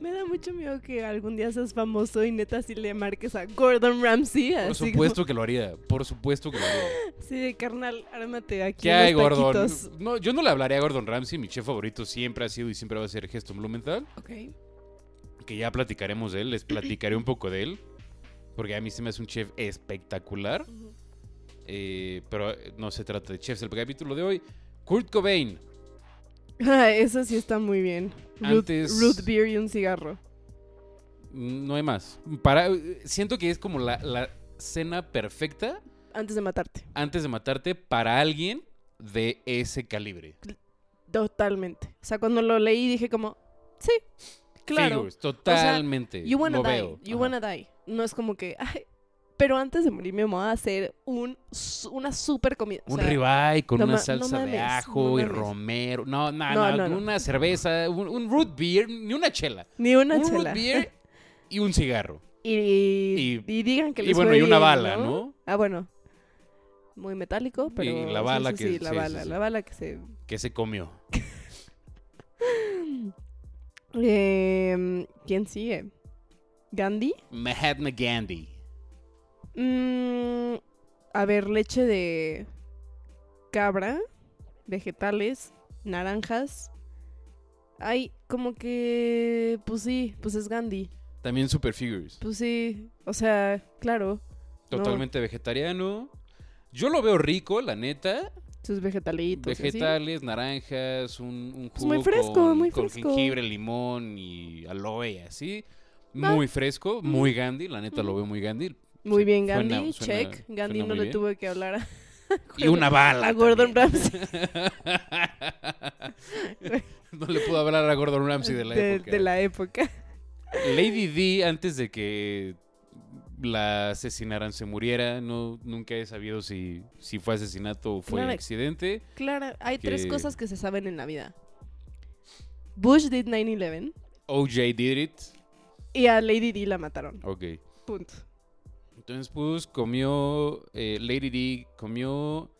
Speaker 1: Me da mucho miedo que algún día seas famoso y neta si le marques a Gordon Ramsay.
Speaker 2: Por
Speaker 1: así
Speaker 2: supuesto que lo haría. Por supuesto que lo haría.
Speaker 1: como, sí, de carnal, ármate aquí.
Speaker 2: ¿Qué hay,
Speaker 1: unos
Speaker 2: Gordon?
Speaker 1: taquitos".
Speaker 2: No, yo no le hablaré a Gordon Ramsay. Mi chef favorito siempre ha sido y siempre va a ser Geston Blumenthal.
Speaker 1: Ok.
Speaker 2: Que ya platicaremos de él. Les platicaré un poco de él. Porque a mí se me hace un chef espectacular.
Speaker 1: Ujú.
Speaker 2: Eh, pero no se trata de chefs. El capítulo de hoy, Kurt Cobain.
Speaker 1: Ah, eso sí está muy bien. Root,
Speaker 2: Antes-
Speaker 1: root beer y un cigarro.
Speaker 2: No hay más. Para, siento que es como la, la cena perfecta
Speaker 1: antes de matarte.
Speaker 2: antes de matarte para alguien de ese calibre.
Speaker 1: Totalmente. O sea, cuando lo leí dije como, sí, claro.
Speaker 2: Figures, totalmente.
Speaker 1: you wanna
Speaker 2: lo
Speaker 1: die,
Speaker 2: veo.
Speaker 1: you
Speaker 2: Ajá.
Speaker 1: wanna die. No es como que, ay, pero antes de morir me voy a hacer un, su- una super comida. O
Speaker 2: Un
Speaker 1: sea,
Speaker 2: ribeye con
Speaker 1: no ma-
Speaker 2: una
Speaker 1: no
Speaker 2: salsa de
Speaker 1: mames, no
Speaker 2: ajo y
Speaker 1: mames.
Speaker 2: romero. No,
Speaker 1: No,
Speaker 2: no, no,
Speaker 1: no, no.
Speaker 2: una cerveza, un, un root beer, ni una chela.
Speaker 1: Ni una
Speaker 2: un
Speaker 1: chela.
Speaker 2: root beer y un cigarro.
Speaker 1: Y, y, digan que
Speaker 2: y
Speaker 1: les
Speaker 2: bueno,
Speaker 1: fue
Speaker 2: y una
Speaker 1: bien,
Speaker 2: bala, ¿no?
Speaker 1: Ah, bueno. Muy metálico, pero.
Speaker 2: la
Speaker 1: sí,
Speaker 2: bala
Speaker 1: sí,
Speaker 2: que-
Speaker 1: sí, la
Speaker 2: sí, sí,
Speaker 1: bala,
Speaker 2: sí.
Speaker 1: la bala que se.
Speaker 2: Que se comió.
Speaker 1: Em, ¿Quién sigue? ¿Gandhi?
Speaker 2: Mahatma Gandhi.
Speaker 1: Mm, a ver, leche de cabra, vegetales, naranjas. Ay, como que. Pues sí, pues es Gandhi.
Speaker 2: También super figures.
Speaker 1: Pues sí, o sea, claro, no.
Speaker 2: Totalmente vegetariano. Yo lo veo rico, la neta.
Speaker 1: sus vegetalitos. y así.
Speaker 2: Vegetales, naranjas, un, un
Speaker 1: Pues
Speaker 2: jugo
Speaker 1: muy fresco,
Speaker 2: con,
Speaker 1: muy
Speaker 2: con
Speaker 1: fresco.
Speaker 2: jengibre, limón y aloe, así.
Speaker 1: Va.
Speaker 2: Muy fresco,
Speaker 1: Mm.
Speaker 2: muy Gandhi, la neta lo veo muy Gandhi.
Speaker 1: Muy
Speaker 2: Sí,
Speaker 1: bien,
Speaker 2: suena-
Speaker 1: Gandhi,
Speaker 2: suena-
Speaker 1: check.
Speaker 2: suena
Speaker 1: Gandhi no
Speaker 2: muy
Speaker 1: le
Speaker 2: bien.
Speaker 1: tuve que hablar a,
Speaker 2: Y una bala.
Speaker 1: a Gordon
Speaker 2: también.
Speaker 1: Ramsay
Speaker 2: no le puedo hablar a Gordon Ramsay de la
Speaker 1: de,
Speaker 2: época.
Speaker 1: de la época.
Speaker 2: Lady D, antes de que la asesinaran, se muriera, no, nunca he sabido si, si fue asesinato o fue
Speaker 1: Claro.
Speaker 2: accidente.
Speaker 1: Clara, hay tres
Speaker 2: Que-
Speaker 1: cosas que se saben en la vida. Bush did 9-11
Speaker 2: OJ did it.
Speaker 1: y a Lady D la mataron.
Speaker 2: Ok.
Speaker 1: Punto.
Speaker 2: Entonces, pues, comió eh, Lady D, comió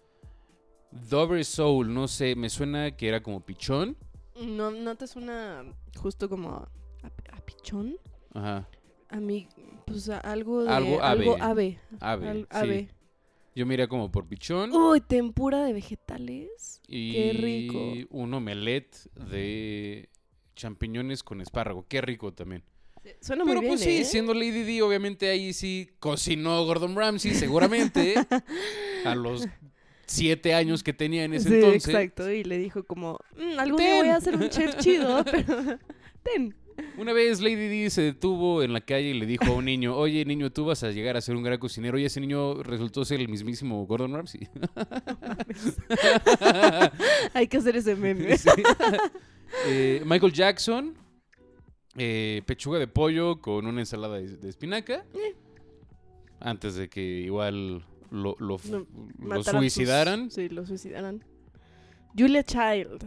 Speaker 2: Dover Soul, no sé, me suena que era como pichón.
Speaker 1: ¿No, no te suena justo como a, a pichón?
Speaker 2: Ajá,
Speaker 1: A mí, pues a algo de...
Speaker 2: Algo ave.
Speaker 1: Algo ave.
Speaker 2: ave.
Speaker 1: Al-
Speaker 2: sí.
Speaker 1: ave. Uh,
Speaker 2: Yo miré como por pichón.
Speaker 1: Uy, tempura de vegetales.
Speaker 2: y
Speaker 1: qué rico.
Speaker 2: un omelette de champiñones con espárrago. Qué rico también.
Speaker 1: Suena
Speaker 2: Pero
Speaker 1: muy bien,
Speaker 2: pues sí,
Speaker 1: ¿eh?
Speaker 2: siendo Lady D, obviamente ahí sí cocinó Gordon Ramsay, seguramente, a los siete años que tenía en ese
Speaker 1: sí,
Speaker 2: entonces.
Speaker 1: exacto. Y le dijo como, "Mm, algún día
Speaker 2: Ten.
Speaker 1: voy a ser un chef chido, pero ten.
Speaker 2: Una vez Lady D se detuvo en la calle y le dijo a un niño, oye niño, tú vas a llegar a ser un gran cocinero. Y ese niño resultó ser el mismísimo Gordon Ramsay.
Speaker 1: Hay que hacer ese meme.
Speaker 2: Sí. Eh, Michael Jackson, eh, pechuga de pollo con una ensalada de, de espinaca.
Speaker 1: Eh.
Speaker 2: Antes de que igual lo, lo f-
Speaker 1: No,
Speaker 2: lo
Speaker 1: Mataran sus-
Speaker 2: suicidaran.
Speaker 1: sí, lo suicidaran. Julia Child.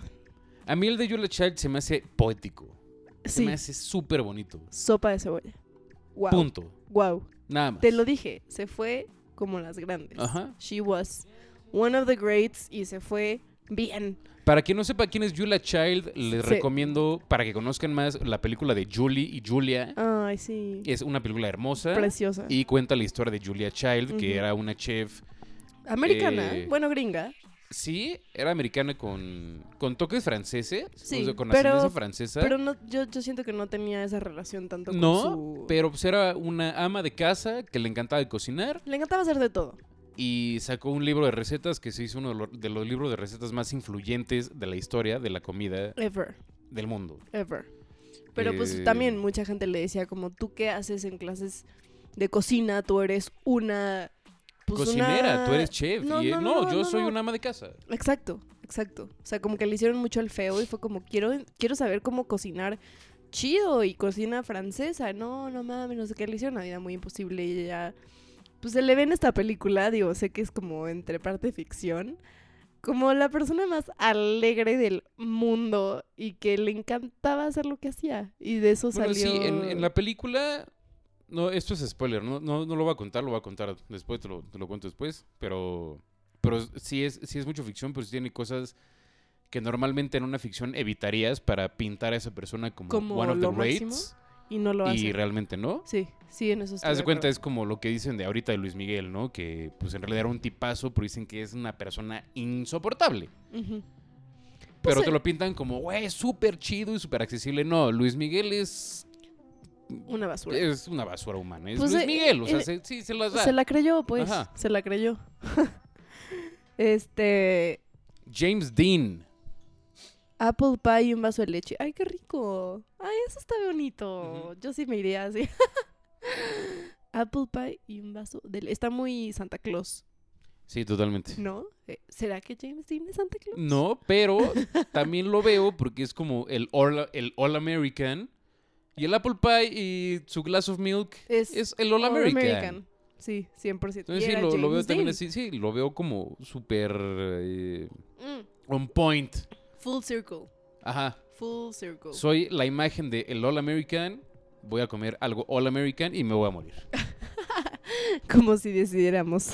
Speaker 2: A mí el de Julia Child se me hace poético. Se
Speaker 1: Sí,
Speaker 2: me hace súper bonito.
Speaker 1: sopa de cebolla. Wow.
Speaker 2: Punto.
Speaker 1: Wow.
Speaker 2: Nada más.
Speaker 1: Te lo dije, se fue como las grandes.
Speaker 2: Ajá.
Speaker 1: She was one of the greats y se fue bien.
Speaker 2: Para quien no sepa quién es Julia Child, les
Speaker 1: Sí.
Speaker 2: recomiendo, para que conozcan más, la película de Julie y Julia.
Speaker 1: Ay, sí.
Speaker 2: Es una película hermosa
Speaker 1: Ah. Preciosa.
Speaker 2: y cuenta la historia de Julia Child, que
Speaker 1: Ujú.
Speaker 2: era una chef
Speaker 1: Americana,
Speaker 2: eh,
Speaker 1: bueno, gringa.
Speaker 2: Sí, era americana con, con toques franceses,
Speaker 1: Sí,
Speaker 2: o sea, con
Speaker 1: pero-
Speaker 2: ascendencia francesa.
Speaker 1: Pero no, yo, yo siento que no tenía esa relación tanto con
Speaker 2: no,
Speaker 1: su...
Speaker 2: pero pues era una ama de casa que le encantaba cocinar
Speaker 1: Le encantaba hacer de todo. de
Speaker 2: y sacó un libro de recetas que se hizo uno de lo- de los libros de recetas más influyentes de la historia de la comida
Speaker 1: Ever,
Speaker 2: del mundo.
Speaker 1: ever. Pero pues
Speaker 2: Eh,
Speaker 1: también mucha gente le decía como, ¿tú qué haces en clases de cocina? Tú eres una... pues,
Speaker 2: Cocinera,
Speaker 1: una-
Speaker 2: tú eres chef.
Speaker 1: No,
Speaker 2: y, eh,
Speaker 1: no,
Speaker 2: no,
Speaker 1: no,
Speaker 2: yo
Speaker 1: no,
Speaker 2: soy
Speaker 1: no.
Speaker 2: una ama de casa.
Speaker 1: Exacto, exacto. O sea, como que le hicieron mucho el feo y fue como, quiero, quiero saber cómo cocinar chido y cocina francesa. No, no mames, no sé qué, le hicieron una vida muy imposible y ella... Pues se le ve en esta película, digo, sé que es como entre parte ficción, como la persona más alegre del mundo y que le encantaba hacer lo que hacía. Y de eso
Speaker 2: Bueno,
Speaker 1: salió...
Speaker 2: sí, en, en la película. No, esto es spoiler, no, no, no lo voy a contar, lo voy a contar después, te lo, te lo cuento después. Pero, pero sí, es, sí es mucho ficción, pero sí tiene cosas que normalmente en una ficción evitarías para pintar a esa persona como,
Speaker 1: Como
Speaker 2: one of the
Speaker 1: lo máximo,
Speaker 2: greats.
Speaker 1: Y no lo
Speaker 2: Y
Speaker 1: hace.
Speaker 2: realmente no.
Speaker 1: Sí, sí, en eso estoy
Speaker 2: Haz de cuenta,
Speaker 1: acuerdo.
Speaker 2: es como lo que dicen de ahorita de Luis Miguel, ¿no? Que pues en realidad era un tipazo, pero dicen que es una persona insoportable.
Speaker 1: Ujú.
Speaker 2: Pero
Speaker 1: Pues,
Speaker 2: te lo pintan como, güey, súper chido y súper accesible. No, Luis Miguel es
Speaker 1: Una basura.
Speaker 2: Es una basura humana. Es
Speaker 1: Pues,
Speaker 2: Luis
Speaker 1: eh,
Speaker 2: Miguel, o sea,
Speaker 1: eh,
Speaker 2: se, sí, se las da.
Speaker 1: Se la creyó, pues.
Speaker 2: Ajá.
Speaker 1: Se la creyó. este.
Speaker 2: James Dean.
Speaker 1: Apple pie y un vaso de leche. Ay, qué rico. Ay, eso está bonito. Yo sí me iría así. Apple pie y un vaso de leche. Está muy Santa Claus.
Speaker 2: Sí, totalmente.
Speaker 1: ¿No? Eh, ¿Será que James Dean es Santa Claus?
Speaker 2: No, pero también lo veo porque es como el All, el All American. Y el Apple Pie y su Glass of Milk
Speaker 1: Es,
Speaker 2: es el All American.
Speaker 1: Sí, 100%.
Speaker 2: Entonces
Speaker 1: Y
Speaker 2: sí
Speaker 1: era
Speaker 2: lo, lo veo
Speaker 1: James
Speaker 2: también
Speaker 1: Dean.
Speaker 2: así, sí, lo veo como súper eh,
Speaker 1: Mm,
Speaker 2: on point.
Speaker 1: Full circle.
Speaker 2: Ajá.
Speaker 1: Full circle.
Speaker 2: Soy la imagen de el All American, voy a comer algo All American y me voy a morir.
Speaker 1: Como si decidiéramos.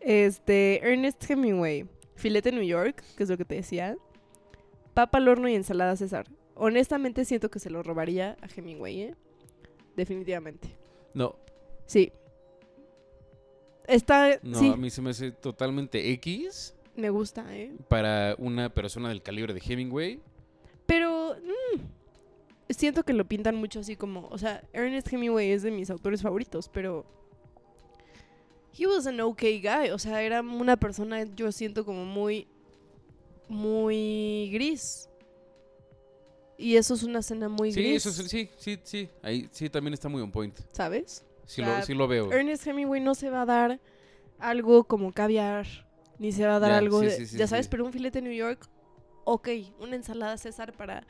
Speaker 1: este, Ernest Hemingway. Filete New York, que es lo que te decía. Papa al horno y ensalada César. Honestamente siento que se lo robaría a Hemingway, ¿eh? Definitivamente.
Speaker 2: No,
Speaker 1: Sí. Está,
Speaker 2: no,
Speaker 1: sí,
Speaker 2: a mí se me hace totalmente X
Speaker 1: me gusta, ¿eh?
Speaker 2: para una persona del calibre de Hemingway.
Speaker 1: Pero mm, siento que lo pintan mucho así como, o sea, Ernest Hemingway es de mis autores favoritos, pero he was an okay guy, o sea, era una persona yo siento como muy muy gris. Y eso es una escena muy
Speaker 2: Sí,
Speaker 1: gris,
Speaker 2: eso es- sí, sí, sí, ahí sí también está muy on point.
Speaker 1: ¿sabes?
Speaker 2: Sí,
Speaker 1: Ah,
Speaker 2: lo, sí lo veo.
Speaker 1: Ernest Hemingway no se va a dar algo como caviar, ni se va a dar
Speaker 2: Ya,
Speaker 1: algo,
Speaker 2: sí,
Speaker 1: de-
Speaker 2: sí, sí,
Speaker 1: ya sabes,
Speaker 2: sí.
Speaker 1: pero un filete de New York, ok, una ensalada César para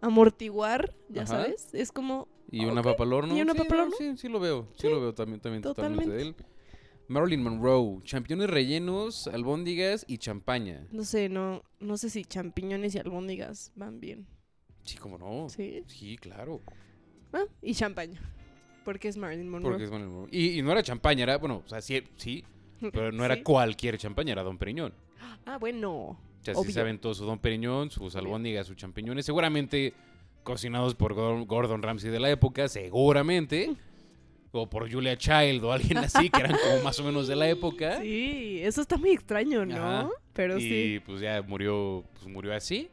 Speaker 1: amortiguar, ya
Speaker 2: Ajá.
Speaker 1: sabes, es como,
Speaker 2: Y una papa al horno.
Speaker 1: ¿Y una
Speaker 2: sí,
Speaker 1: papa al
Speaker 2: no,
Speaker 1: horno?
Speaker 2: Sí, sí lo veo. Sí, lo veo también, también totalmente de él.
Speaker 1: Totalmente.
Speaker 2: Marilyn Monroe, champiñones rellenos, albóndigas y champaña.
Speaker 1: no sé, no, no sé si champiñones y albóndigas van bien,
Speaker 2: Sí, cómo no. Sí,
Speaker 1: ¿sí?
Speaker 2: claro.
Speaker 1: Ah, y champaña, porque es Marilyn Monroe.
Speaker 2: Porque es Marilyn Monroe. Y, y no era champaña, era, bueno, o sea, sí, sí, pero no era
Speaker 1: Sí.
Speaker 2: cualquier champaña, era Don Periñón.
Speaker 1: Ah, bueno,
Speaker 2: O sea, sí
Speaker 1: Obvio.
Speaker 2: saben todo su Don Periñón, sus
Speaker 1: Obvio.
Speaker 2: albóndigas, sus champiñones, seguramente cocinados por Gor- Gordon Ramsay de la época, seguramente. O por Julia Child o alguien así, que eran como más o menos de la época.
Speaker 1: sí, eso está muy extraño, ¿no?
Speaker 2: Ajá.
Speaker 1: Pero
Speaker 2: y
Speaker 1: sí,
Speaker 2: pues ya murió, pues murió así.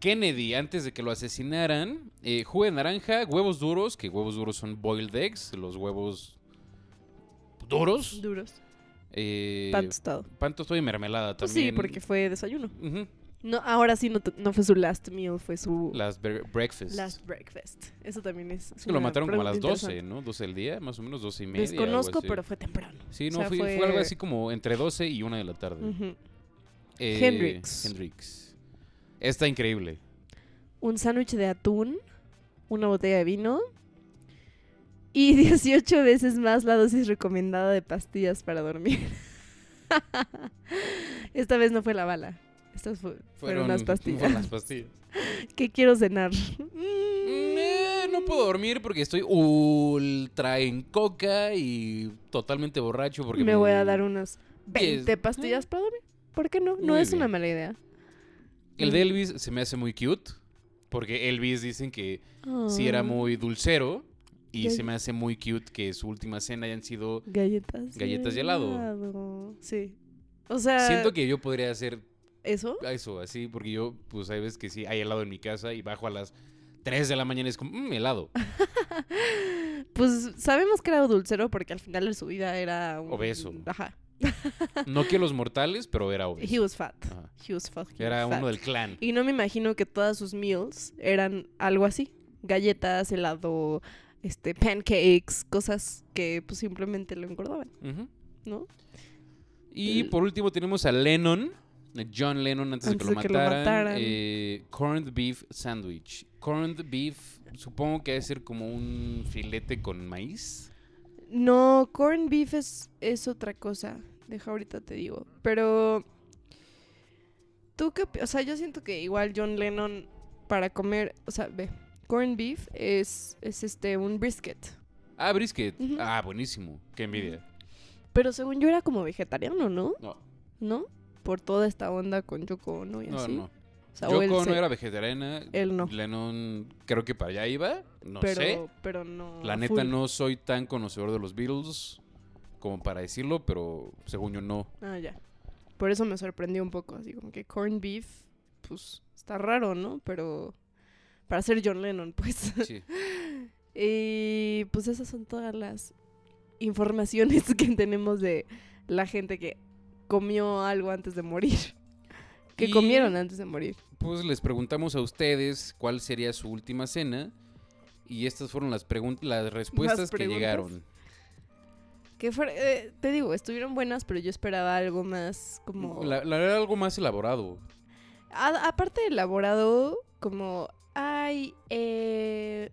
Speaker 2: Kennedy, antes de que lo asesinaran, eh, jugo de naranja, huevos duros, que huevos duros son boiled eggs, los huevos duros.
Speaker 1: duros,
Speaker 2: eh,
Speaker 1: pan tostado.
Speaker 2: pan tostado y mermelada
Speaker 1: Pues
Speaker 2: también.
Speaker 1: sí, porque fue desayuno.
Speaker 2: Ujú,
Speaker 1: No, ahora sí no, t- no fue su last meal, fue su
Speaker 2: Las bre- breakfast.
Speaker 1: last breakfast. Eso también es.
Speaker 2: Es que lo
Speaker 1: una
Speaker 2: mataron como a las
Speaker 1: pregunta
Speaker 2: 12,
Speaker 1: interesante.
Speaker 2: ¿no? 12 del día, más o menos 12 y media. algo
Speaker 1: Desconozco,
Speaker 2: así.
Speaker 1: pero fue temprano.
Speaker 2: Sí, no,
Speaker 1: o sea,
Speaker 2: fue, fue
Speaker 1: fue-
Speaker 2: algo así como entre 12 y 1 de la tarde.
Speaker 1: Ujú.
Speaker 2: Eh,
Speaker 1: Hendrix.
Speaker 2: Hendrix. Está increíble.
Speaker 1: Un sándwich de atún, una botella de vino y 18 veces más la dosis recomendada de pastillas para dormir. Esta vez no fue la bala. Estas fu- fueron, las pastillas.
Speaker 2: Fueron las pastillas.
Speaker 1: ¿Qué quiero cenar? Mm,
Speaker 2: Eh, no puedo dormir porque estoy ultra en coca y totalmente borracho porque
Speaker 1: Me voy a dar unas 20
Speaker 2: Diez. Mm.
Speaker 1: pastillas para dormir. ¿Por qué no? No
Speaker 2: Muy
Speaker 1: es una
Speaker 2: bien.
Speaker 1: mala idea.
Speaker 2: El de Elvis se me hace muy cute porque Elvis dicen que sí era
Speaker 1: Ah.
Speaker 2: muy dulcero y
Speaker 1: Ya-
Speaker 2: se me hace muy cute que su última cena hayan sido...
Speaker 1: Galletas.
Speaker 2: Galletas y
Speaker 1: de
Speaker 2: helado.
Speaker 1: helado. Sí. O sea,
Speaker 2: Siento que yo podría hacer
Speaker 1: eso.
Speaker 2: eso así porque yo, pues hay veces que sí, hay helado en mi casa y bajo a las 3 de la mañana y es como, "Mm, helado,
Speaker 1: Pues sabemos que era dulcero porque al final de su vida era un...
Speaker 2: Obeso.
Speaker 1: Ajá.
Speaker 2: no que los mortales, pero era
Speaker 1: He
Speaker 2: obvio.
Speaker 1: was fat.
Speaker 2: Ajá.
Speaker 1: He was fucking
Speaker 2: Era
Speaker 1: fat.
Speaker 2: uno del clan.
Speaker 1: Y no me imagino que todas sus meals eran algo así. Galletas, helado, este, pancakes, cosas que pues simplemente lo engordaban,
Speaker 2: Ujú.
Speaker 1: ¿no?
Speaker 2: Y
Speaker 1: El-
Speaker 2: por último tenemos a Lennon, a John Lennon antes, de que lo mataran.
Speaker 1: mataran.
Speaker 2: eh, corned beef sandwich. Corned beef, supongo que debe ser como un filete con maíz.
Speaker 1: No, corn beef es, es otra cosa. Deja ahorita te digo. Pero. ¿Tú qué opi- O sea, yo siento que igual John Lennon para comer. O sea, ve. Corn beef es, es este un brisket.
Speaker 2: Ah, brisket.
Speaker 1: Ujú.
Speaker 2: Ah, buenísimo. Qué envidia.
Speaker 1: Pero según yo era como vegetariano, ¿no?
Speaker 2: No,
Speaker 1: ¿No? Por toda esta onda con Yoko Ono y
Speaker 2: no,
Speaker 1: así.
Speaker 2: no.
Speaker 1: O sea, o él
Speaker 2: Yoko no
Speaker 1: se-
Speaker 2: era vegetariana.
Speaker 1: Él no.
Speaker 2: Lennon creo que para allá iba. No
Speaker 1: pero,
Speaker 2: sé.
Speaker 1: pero no.
Speaker 2: La
Speaker 1: a
Speaker 2: neta
Speaker 1: Ah, full.
Speaker 2: no soy tan conocedor de los Beatles como para decirlo, pero según yo no.
Speaker 1: Ah, ya. Por eso me sorprendió un poco, así como que corn beef, pues está raro, ¿no? Pero para ser John Lennon, pues.
Speaker 2: Sí.
Speaker 1: y pues esas son todas las informaciones que tenemos de la gente que comió algo antes de morir. Que
Speaker 2: Y-
Speaker 1: comieron antes de morir.
Speaker 2: Pues les preguntamos a ustedes cuál sería su última cena y estas fueron las, pregun- las respuestas que
Speaker 1: preguntas?
Speaker 2: llegaron.
Speaker 1: Que fuera- eh, te digo, estuvieron buenas, pero yo esperaba algo más como...
Speaker 2: La, la verdad, algo más elaborado.
Speaker 1: A- aparte de elaborado, como, ay, eh,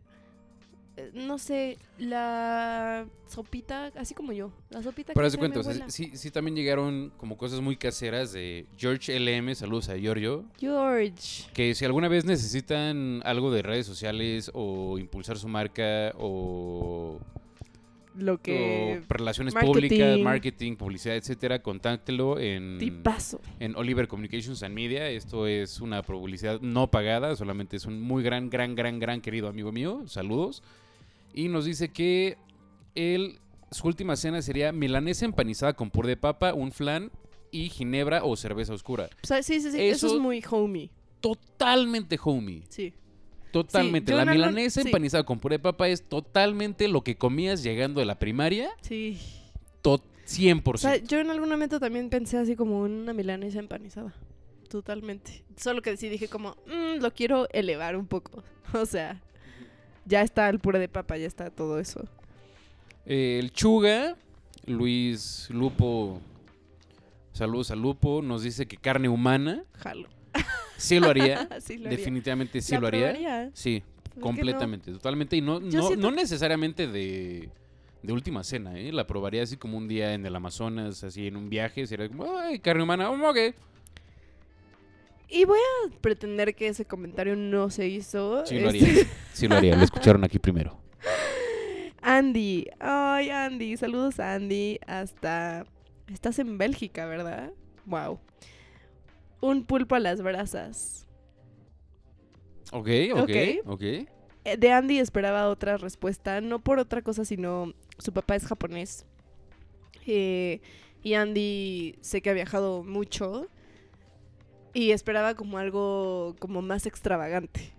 Speaker 1: eh, no sé, la sopita, así como yo, la sopita
Speaker 2: Pero
Speaker 1: que
Speaker 2: haz
Speaker 1: hace
Speaker 2: de cuenta,
Speaker 1: mi
Speaker 2: o sea,
Speaker 1: abuela.
Speaker 2: sí, sí también llegaron como cosas muy caseras de George LM, saludos a Giorgio,
Speaker 1: George.
Speaker 2: que si alguna vez necesitan algo de redes sociales o impulsar su marca o,
Speaker 1: Lo que...
Speaker 2: o relaciones
Speaker 1: marketing.
Speaker 2: públicas, marketing, publicidad, etcétera, contáctelo en,
Speaker 1: Tipazo.
Speaker 2: en Oliver Communications and Media. Esto es una publicidad no pagada, solamente es un muy gran, gran, gran, gran querido amigo mío. Saludos. Y nos dice que él, su última cena sería milanesa empanizada con puré de papa, un flan y ginebra o cerveza oscura.
Speaker 1: O sea, sí, sí, sí, eso,
Speaker 2: Eso-
Speaker 1: es muy homie,
Speaker 2: Totalmente homie.
Speaker 1: sí.
Speaker 2: Totalmente.
Speaker 1: yo
Speaker 2: la
Speaker 1: no, no,
Speaker 2: milanesa
Speaker 1: sí.
Speaker 2: empanizada con puré de papa es totalmente lo que comías llegando de la primaria.
Speaker 1: Sí.
Speaker 2: Tot-
Speaker 1: O sea,
Speaker 2: 100%.
Speaker 1: yo en algún momento también pensé así como una milanesa empanizada. Totalmente. Solo que sí dije como, "Mm, lo quiero elevar un poco. O sea, ya está el puré de papa, ya está todo eso.
Speaker 2: Eh, el Chuga, Luis Lupo, saludos a Lupo, nos dice que carne humana,
Speaker 1: Jalo.
Speaker 2: sí lo haría,
Speaker 1: Así lo haría.
Speaker 2: definitivamente sí
Speaker 1: La
Speaker 2: lo haría.
Speaker 1: probaría.
Speaker 2: Sí,
Speaker 1: ¿Por qué no?
Speaker 2: completamente, totalmente, y no,
Speaker 1: Yo
Speaker 2: no,
Speaker 1: siento
Speaker 2: no necesariamente de, de última cena, ¿eh? la probaría así como un día en el Amazonas, así en un viaje, sería como, ay, carne humana, mm, ok.
Speaker 1: Y voy a pretender que ese comentario no se hizo.
Speaker 2: Sí lo
Speaker 1: Este,
Speaker 2: haría, sí lo haría, lo escucharon aquí primero.
Speaker 1: Andy. Ay, Andy. Saludos a Andy. Hasta. Estás en Bélgica, ¿verdad? Wow. Un pulpo a las brasas.
Speaker 2: Ok, ok,
Speaker 1: Ok.
Speaker 2: ok.
Speaker 1: Eh, De Andy esperaba otra respuesta, no por otra cosa, sino su papá es japonés. Eh, y Andy sé que ha viajado mucho y esperaba como algo como más extravagante.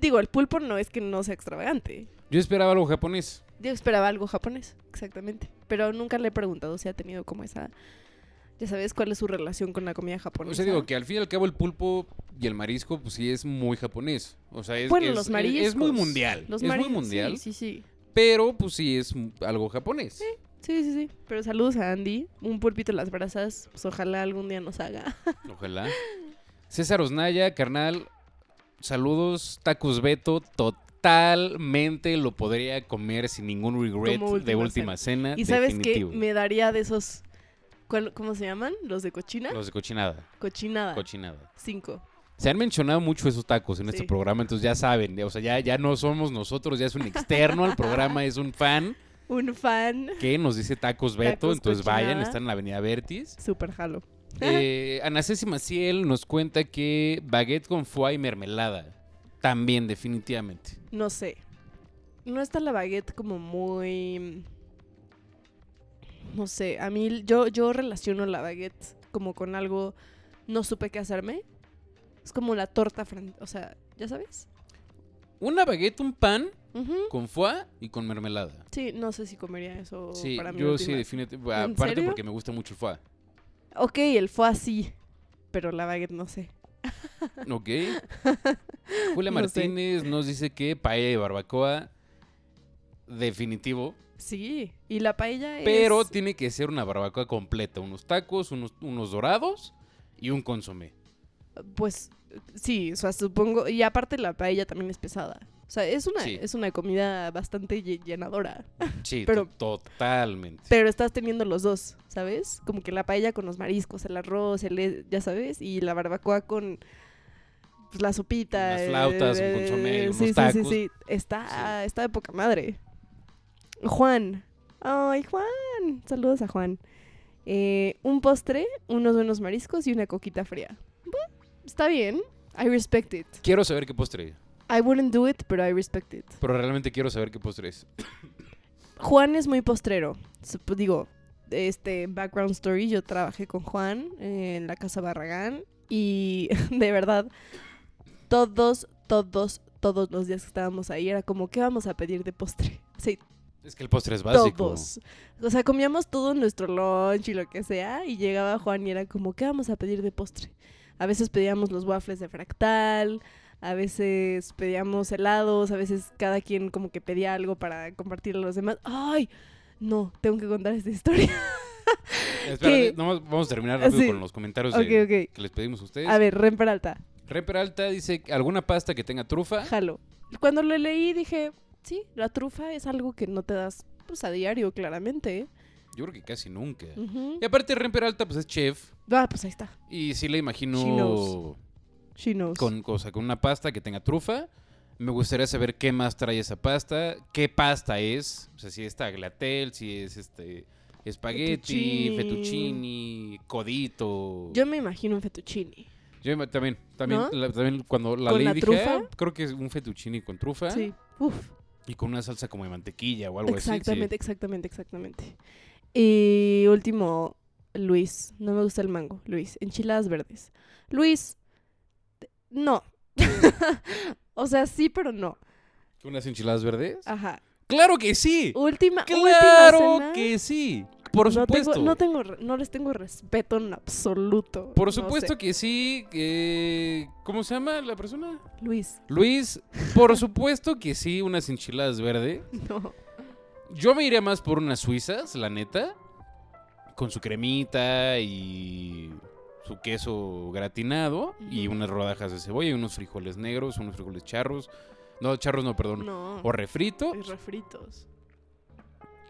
Speaker 1: Digo, el pulpo no es que no sea extravagante.
Speaker 2: Yo esperaba algo japonés.
Speaker 1: Yo esperaba algo japonés, exactamente. Pero nunca le he preguntado si ha tenido como esa... Ya sabes cuál es su relación con la comida japonesa.
Speaker 2: O sea, digo que al fin y al cabo el pulpo y el marisco, pues sí es muy japonés. O sea, es,
Speaker 1: bueno,
Speaker 2: es-
Speaker 1: los
Speaker 2: es-
Speaker 1: mariscos.
Speaker 2: Es, muy mundial.
Speaker 1: Los
Speaker 2: es muy
Speaker 1: mariscos,
Speaker 2: mundial.
Speaker 1: Sí, sí, sí.
Speaker 2: Pero, pues sí es m- algo japonés.
Speaker 1: Sí, sí, sí. Pero saludos a Andy. Un pulpito en las brasas. Pues ojalá algún día nos haga.
Speaker 2: Ojalá. César Osnaya, carnal. Saludos, tacos Beto. Totalmente lo podría comer sin ningún regret
Speaker 1: Como
Speaker 2: de
Speaker 1: última
Speaker 2: última cena.
Speaker 1: y sabes
Speaker 2: definitivo.
Speaker 1: que me daría de esos. ¿cuál- ¿Cómo se llaman? ¿Los de cochina?
Speaker 2: Los de cochinada.
Speaker 1: Cochinada.
Speaker 2: Cochinada.
Speaker 1: Cinco.
Speaker 2: Se han mencionado mucho esos tacos en este
Speaker 1: Sí.
Speaker 2: programa, entonces ya saben. O sea, ya, ya no somos nosotros, ya es un externo al programa, es un fan.
Speaker 1: Un fan.
Speaker 2: que nos dice Tacos Beto,
Speaker 1: Tacos
Speaker 2: entonces vayan,
Speaker 1: Cochinada.
Speaker 2: están en la avenida Vertis.
Speaker 1: Super jalo.
Speaker 2: Eh, Anacesi Maciel nos cuenta que baguette con foie y mermelada. También, definitivamente.
Speaker 1: No sé. No está la baguette como muy. No sé. A mí, yo, yo relaciono la baguette como con algo. No supe qué hacerme. Es como la torta. fran- O sea, ¿ya sabes?
Speaker 2: Una baguette, un pan
Speaker 1: Ujú.
Speaker 2: con foie y con mermelada.
Speaker 1: Sí, no sé si comería eso
Speaker 2: Sí,
Speaker 1: Oh, para mí.
Speaker 2: yo sí, definitivamente.
Speaker 1: ¿En
Speaker 2: Aparte
Speaker 1: serio?
Speaker 2: porque me gusta mucho el foie.
Speaker 1: Ok, el fue así, pero la baguette no sé.
Speaker 2: Ok. Julia
Speaker 1: No sé.
Speaker 2: Martínez nos dice que paella y barbacoa. Definitivo.
Speaker 1: Sí, y la paella es...
Speaker 2: Pero tiene que ser una barbacoa completa. Unos tacos, unos, unos dorados y un consomé.
Speaker 1: Pues sí, o sea, supongo... Y aparte la paella también es pesada. O sea, es una,
Speaker 2: Sí.
Speaker 1: es una comida bastante lle- llenadora.
Speaker 2: Sí,
Speaker 1: Pero-
Speaker 2: to- totalmente.
Speaker 1: Pero estás teniendo los dos, ¿sabes? Como que la paella con los mariscos, el arroz, el... e, ya sabes, y la barbacoa con... pues, la sopita.
Speaker 2: Unas flautas, un consomé,
Speaker 1: eh,
Speaker 2: unos
Speaker 1: sí, sí,
Speaker 2: tacos.
Speaker 1: sí, sí. Está, está de poca madre. Juan. Ay, Juan. Saludos a Juan. Eh, un postre, unos buenos mariscos y una coquita fría. Bueno, está bien. I respect it.
Speaker 2: Quiero saber qué postre,
Speaker 1: I wouldn't do it, pero I respect it.
Speaker 2: pero realmente quiero saber qué postre es.
Speaker 1: Juan es muy postrero. Sup- Digo, este background story, yo trabajé con Juan eh, en la Casa Barragán y de verdad, todos, todos, todos los días que estábamos ahí era como, ¿qué vamos a pedir de postre? Sí,
Speaker 2: Es que el postre es básico.
Speaker 1: todos. O sea, comíamos todo nuestro lunch y lo que sea y llegaba Juan y era como, ¿qué vamos a pedir de postre? A veces pedíamos los waffles de fractal, a veces pedíamos helados, a veces cada quien como que pedía algo para compartir a los demás. ¡Ay! no, tengo que contar esta historia.
Speaker 2: Espérate,
Speaker 1: ¿Qué?
Speaker 2: nomás vamos a terminar rápido
Speaker 1: Sí.
Speaker 2: con los comentarios de-
Speaker 1: ok,
Speaker 2: que les pedimos a ustedes.
Speaker 1: ok. A ver, Ren Peralta,
Speaker 2: Re Peralta dice, ¿alguna pasta que tenga trufa?
Speaker 1: jalo. Cuando lo leí dije, sí, la trufa es algo que no te das pues a diario, claramente. ¿eh?
Speaker 2: Yo creo que casi nunca.
Speaker 1: Ujú.
Speaker 2: Y aparte Ren Peralta pues es chef
Speaker 1: Ah, pues ahí está.
Speaker 2: y sí
Speaker 1: She
Speaker 2: le imagino
Speaker 1: knows. She knows.
Speaker 2: con, o sea, con una pasta que tenga trufa. Me gustaría saber qué más trae esa pasta, qué pasta es, o sea, si es taglatel, si es este espagueti,
Speaker 1: Fettuccine.
Speaker 2: fettuccini, codito.
Speaker 1: Yo me imagino un fettuccine.
Speaker 2: Yo ima- también, también,
Speaker 1: ¿No?
Speaker 2: la- también cuando la
Speaker 1: ¿Con
Speaker 2: leí
Speaker 1: la
Speaker 2: dije,
Speaker 1: trufa?
Speaker 2: "Ah, creo que es un fettuccini con trufa
Speaker 1: Sí. Uf.
Speaker 2: y con una salsa como de mantequilla o algo
Speaker 1: Exactamente, exactamente, exactamente. Y último, Luis. No me gusta el mango, Luis. Enchiladas verdes. Luis, te- no. o sea, sí, pero no.
Speaker 2: así. ¿Con unas enchiladas verdes?
Speaker 1: Ajá.
Speaker 2: ¡Claro que sí!
Speaker 1: Ah. Última, última
Speaker 2: ¡Claro
Speaker 1: cena.
Speaker 2: que sí! Por
Speaker 1: no
Speaker 2: supuesto.
Speaker 1: Tengo, no, tengo, re- no les tengo respeto en absoluto.
Speaker 2: Por
Speaker 1: No sé.
Speaker 2: supuesto que sí. que- ¿Cómo se llama la persona?
Speaker 1: Luis,
Speaker 2: Luis, por supuesto que sí, unas enchiladas verdes.
Speaker 1: no.
Speaker 2: Yo me iría más por unas suizas, la neta. Con su cremita y su queso gratinado y
Speaker 1: Ujú.
Speaker 2: unas rodajas de cebolla y unos frijoles negros, unos frijoles charros. No, charros no, perdón.
Speaker 1: No.
Speaker 2: O refrito
Speaker 1: Y refritos.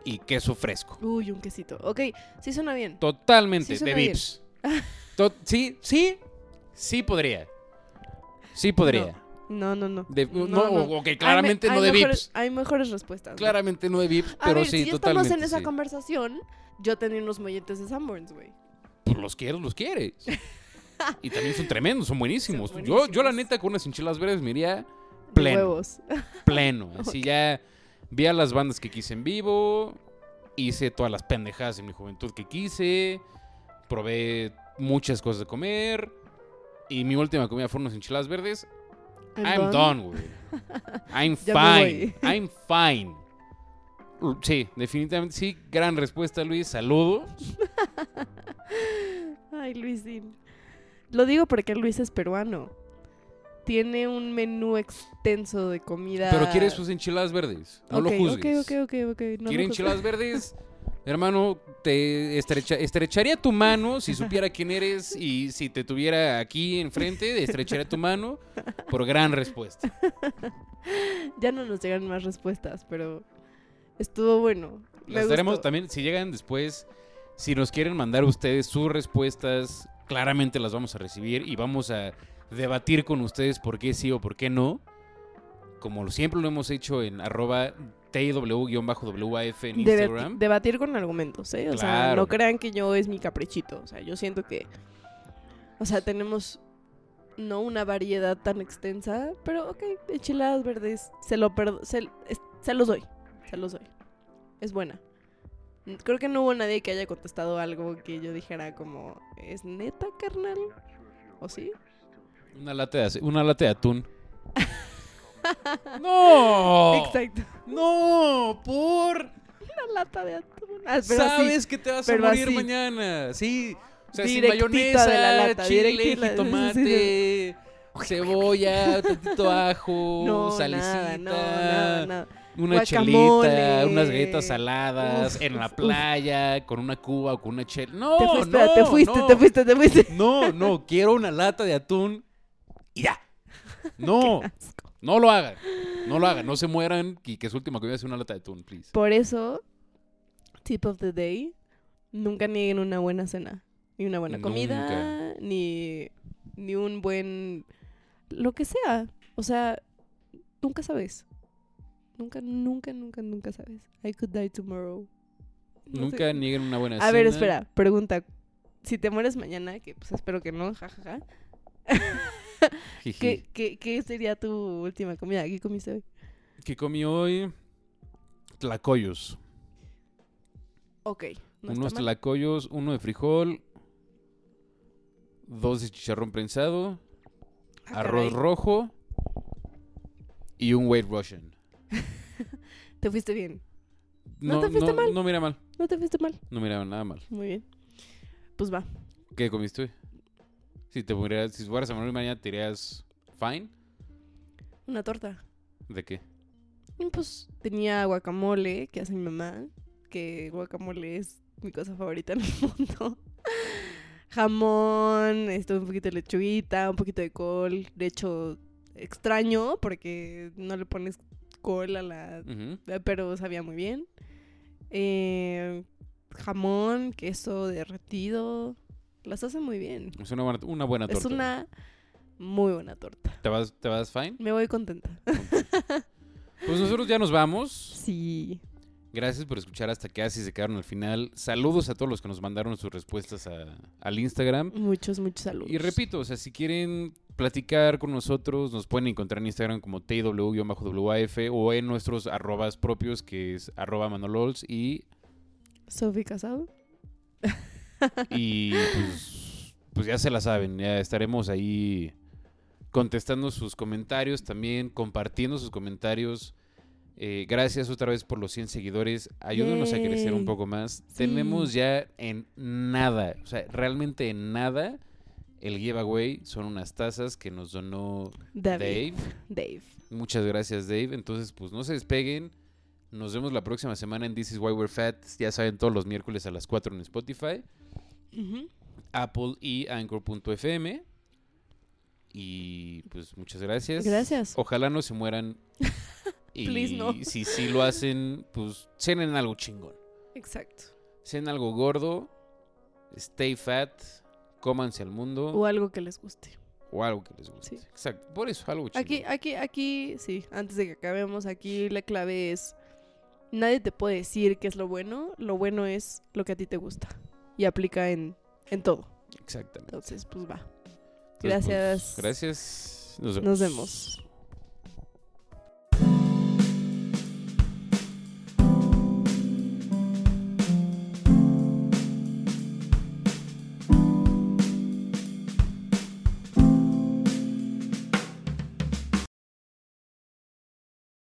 Speaker 2: y queso fresco.
Speaker 1: Uy, un quesito. Ok, sí suena bien.
Speaker 2: Totalmente,
Speaker 1: Sí,
Speaker 2: de
Speaker 1: suena bien.
Speaker 2: Vips. To- sí, sí, sí podría. Sí podría.
Speaker 1: No, no, no.
Speaker 2: De- no,
Speaker 1: no.
Speaker 2: ok, claramente
Speaker 1: Hay me-
Speaker 2: no de
Speaker 1: hay mejores-
Speaker 2: VIPs.
Speaker 1: Hay mejores respuestas. ¿no?
Speaker 2: Claramente no de VIPs,
Speaker 1: A
Speaker 2: pero
Speaker 1: ver,
Speaker 2: sí,
Speaker 1: si ya
Speaker 2: totalmente.
Speaker 1: estamos en esa
Speaker 2: sí.
Speaker 1: conversación, yo tenía unos molletes de Sanborns, güey.
Speaker 2: Pues los quieres, los quieres. y también son tremendos, son buenísimos.
Speaker 1: Son
Speaker 2: Yo, yo la
Speaker 1: buenísimos.
Speaker 2: neta, con unas enchiladas verdes me iría
Speaker 1: De
Speaker 2: Pleno.
Speaker 1: Huevos.
Speaker 2: pleno. Así ya vi a las bandas que quise en vivo, hice todas las pendejadas en mi juventud que quise, probé muchas cosas de comer. Y mi última comida fueron unas enchiladas verdes. I'm, done, güey. I'm
Speaker 1: Ya me
Speaker 2: fine. I'm fine. Uh, Sí, definitivamente sí. Gran respuesta, Luis. Saludos.
Speaker 1: Ay, Luisín. Lo digo porque Luis es peruano. Tiene un menú extenso de comida.
Speaker 2: Pero quieres sus enchiladas verdes. No
Speaker 1: Ok,
Speaker 2: lo juzgues.
Speaker 1: Ok, ok, ok, ok. No lo
Speaker 2: Quiere
Speaker 1: juzgues.
Speaker 2: enchiladas verdes. Hermano, te estrecha- estrecharía tu mano si supiera quién eres y si te tuviera aquí enfrente, estrecharía tu mano por gran respuesta.
Speaker 1: Ya no nos llegan más respuestas, pero estuvo bueno. Me
Speaker 2: Las daremos
Speaker 1: gustó.
Speaker 2: también, si llegan después, si nos quieren mandar ustedes sus respuestas, claramente las vamos a recibir y vamos a debatir con ustedes por qué sí o por qué no. Como siempre lo hemos hecho en arroba TW-WAF en
Speaker 1: Debati-
Speaker 2: Instagram.
Speaker 1: debatir con argumentos, ¿eh? O sea,
Speaker 2: Claro.
Speaker 1: no crean que yo es mi caprichito. O sea, yo siento que. O sea, tenemos no una variedad tan extensa, pero ok, enchiladas verdes, se lo perdo- se, es- se los doy. Se los doy. Es buena. N- Creo que no hubo nadie que haya contestado algo que yo dijera como, ¿es neta, carnal? ¿O sí?
Speaker 2: Una lata de, ace- una lata de atún. ¡No!
Speaker 1: Exacto.
Speaker 2: ¡No! ¡Por!
Speaker 1: Una lata de atún. Ah, pero así,
Speaker 2: Sabes que te vas a
Speaker 1: pero
Speaker 2: morir
Speaker 1: así.
Speaker 2: mañana. Sí. O sea, sin
Speaker 1: Directito
Speaker 2: mayonesa,
Speaker 1: de la lata,
Speaker 2: chile,
Speaker 1: directito.
Speaker 2: jitomate, cebolla, tantito ajo,
Speaker 1: no,
Speaker 2: Uh,
Speaker 1: nada,
Speaker 2: salecita,
Speaker 1: no, nada, nada.
Speaker 2: una
Speaker 1: Guacamole.
Speaker 2: chelita, unas galletas saladas,
Speaker 1: Uf,
Speaker 2: en la
Speaker 1: uf, uf.
Speaker 2: playa, con una cuba o con una chela. ¡No!
Speaker 1: te fuiste,
Speaker 2: Oh, no,
Speaker 1: te fuiste,
Speaker 2: no.
Speaker 1: te fuiste, te fuiste.
Speaker 2: No, no, quiero una lata de atún y ya. No,
Speaker 1: Asco.
Speaker 2: no lo hagan. No lo hagan, no se mueran y que su última comida sea una lata de atún, please.
Speaker 1: Por eso, tip of the day, nunca nieguen una buena cena, ni una buena comida, ni, ni un buen... lo que sea. O sea, nunca sabes. Nunca, nunca, nunca, nunca sabes. I could die tomorrow. No sé.
Speaker 2: Nunca nieguen una buena cena.
Speaker 1: A ver, espera, pregunta. Si te mueres mañana, que pues espero que no, jajaja.
Speaker 2: Jiji.
Speaker 1: ¿Qué, qué, ¿Qué sería tu última comida? ¿Qué comiste hoy?
Speaker 2: ¿Qué comí hoy? Tlacoyos.
Speaker 1: Ok. No
Speaker 2: Unos
Speaker 1: está mal.
Speaker 2: tlacoyos, uno de frijol, dos de chicharrón prensado,
Speaker 1: Ah,
Speaker 2: arroz
Speaker 1: caray.
Speaker 2: rojo y un white Russian.
Speaker 1: Te fuiste bien. No te fuiste
Speaker 2: no,
Speaker 1: mal.
Speaker 2: No mira mal,
Speaker 1: No te fuiste mal.
Speaker 2: no mira nada mal.
Speaker 1: Muy bien. Pues va.
Speaker 2: ¿Qué comiste hoy? Si te murieras, si fueras a morir mañana, ¿te irías fine?
Speaker 1: Una torta.
Speaker 2: ¿De qué?
Speaker 1: Y, Pues tenía guacamole que hace mi mamá. que guacamole es mi cosa favorita en el mundo. Jamón, esto, un poquito de lechuguita, un poquito de col. De hecho, extraño porque no le pones col a la...
Speaker 2: Ujú.
Speaker 1: Pero sabía muy bien. Eh, jamón, queso derretido. Las hace muy bien.
Speaker 2: Es una buena, una buena
Speaker 1: Es
Speaker 2: torta.
Speaker 1: una muy buena torta.
Speaker 2: ¿Te vas, ¿Te vas fine?
Speaker 1: Me voy contenta.
Speaker 2: Pues nosotros ya nos vamos.
Speaker 1: Sí.
Speaker 2: Gracias por escuchar hasta que así se quedaron al final. Saludos a todos los que nos mandaron sus respuestas a- al Instagram.
Speaker 1: Muchos, muchos saludos.
Speaker 2: Y repito, o sea, si quieren platicar con nosotros, nos pueden encontrar en Instagram como TW-WAF o en nuestros arrobas propios, que es arroba manolols y,
Speaker 1: Sofi Casado.
Speaker 2: y pues, pues ya se la saben, ya estaremos ahí contestando sus comentarios también, compartiendo sus comentarios. Eh, gracias otra vez por los 100 seguidores. Ayúdenos a crecer un
Speaker 1: Yay.
Speaker 2: poco más.
Speaker 1: Sí.
Speaker 2: Tenemos ya en nada, o sea, realmente en nada, el giveaway son unas tazas que nos donó
Speaker 1: David.
Speaker 2: Dave.
Speaker 1: Dave.
Speaker 2: Muchas gracias, Dave. Entonces, pues no se despeguen. Nos vemos la próxima semana en This is Why We're Fat. Ya saben, todos los miércoles a las 4 en Spotify,
Speaker 1: Ujú.
Speaker 2: Apple y Anchor.fm. Y pues muchas gracias.
Speaker 1: Gracias.
Speaker 2: Ojalá no se mueran. y
Speaker 1: Please, no.
Speaker 2: si sí lo hacen, pues cenen algo chingón.
Speaker 1: Exacto.
Speaker 2: Cenen algo gordo. Stay fat. Cómanse al mundo.
Speaker 1: O algo que les guste.
Speaker 2: O algo que les guste.
Speaker 1: Sí.
Speaker 2: Exacto. Por eso, algo chingón.
Speaker 1: Aquí, aquí, aquí, sí, antes de que acabemos, aquí la clave es, nadie te puede decir qué es lo bueno, lo bueno es lo que a ti te gusta y aplica en, en todo.
Speaker 2: Exactamente.
Speaker 1: Entonces, pues va.
Speaker 2: Entonces, pues,
Speaker 1: Gracias.
Speaker 2: gracias.
Speaker 1: Nos vemos.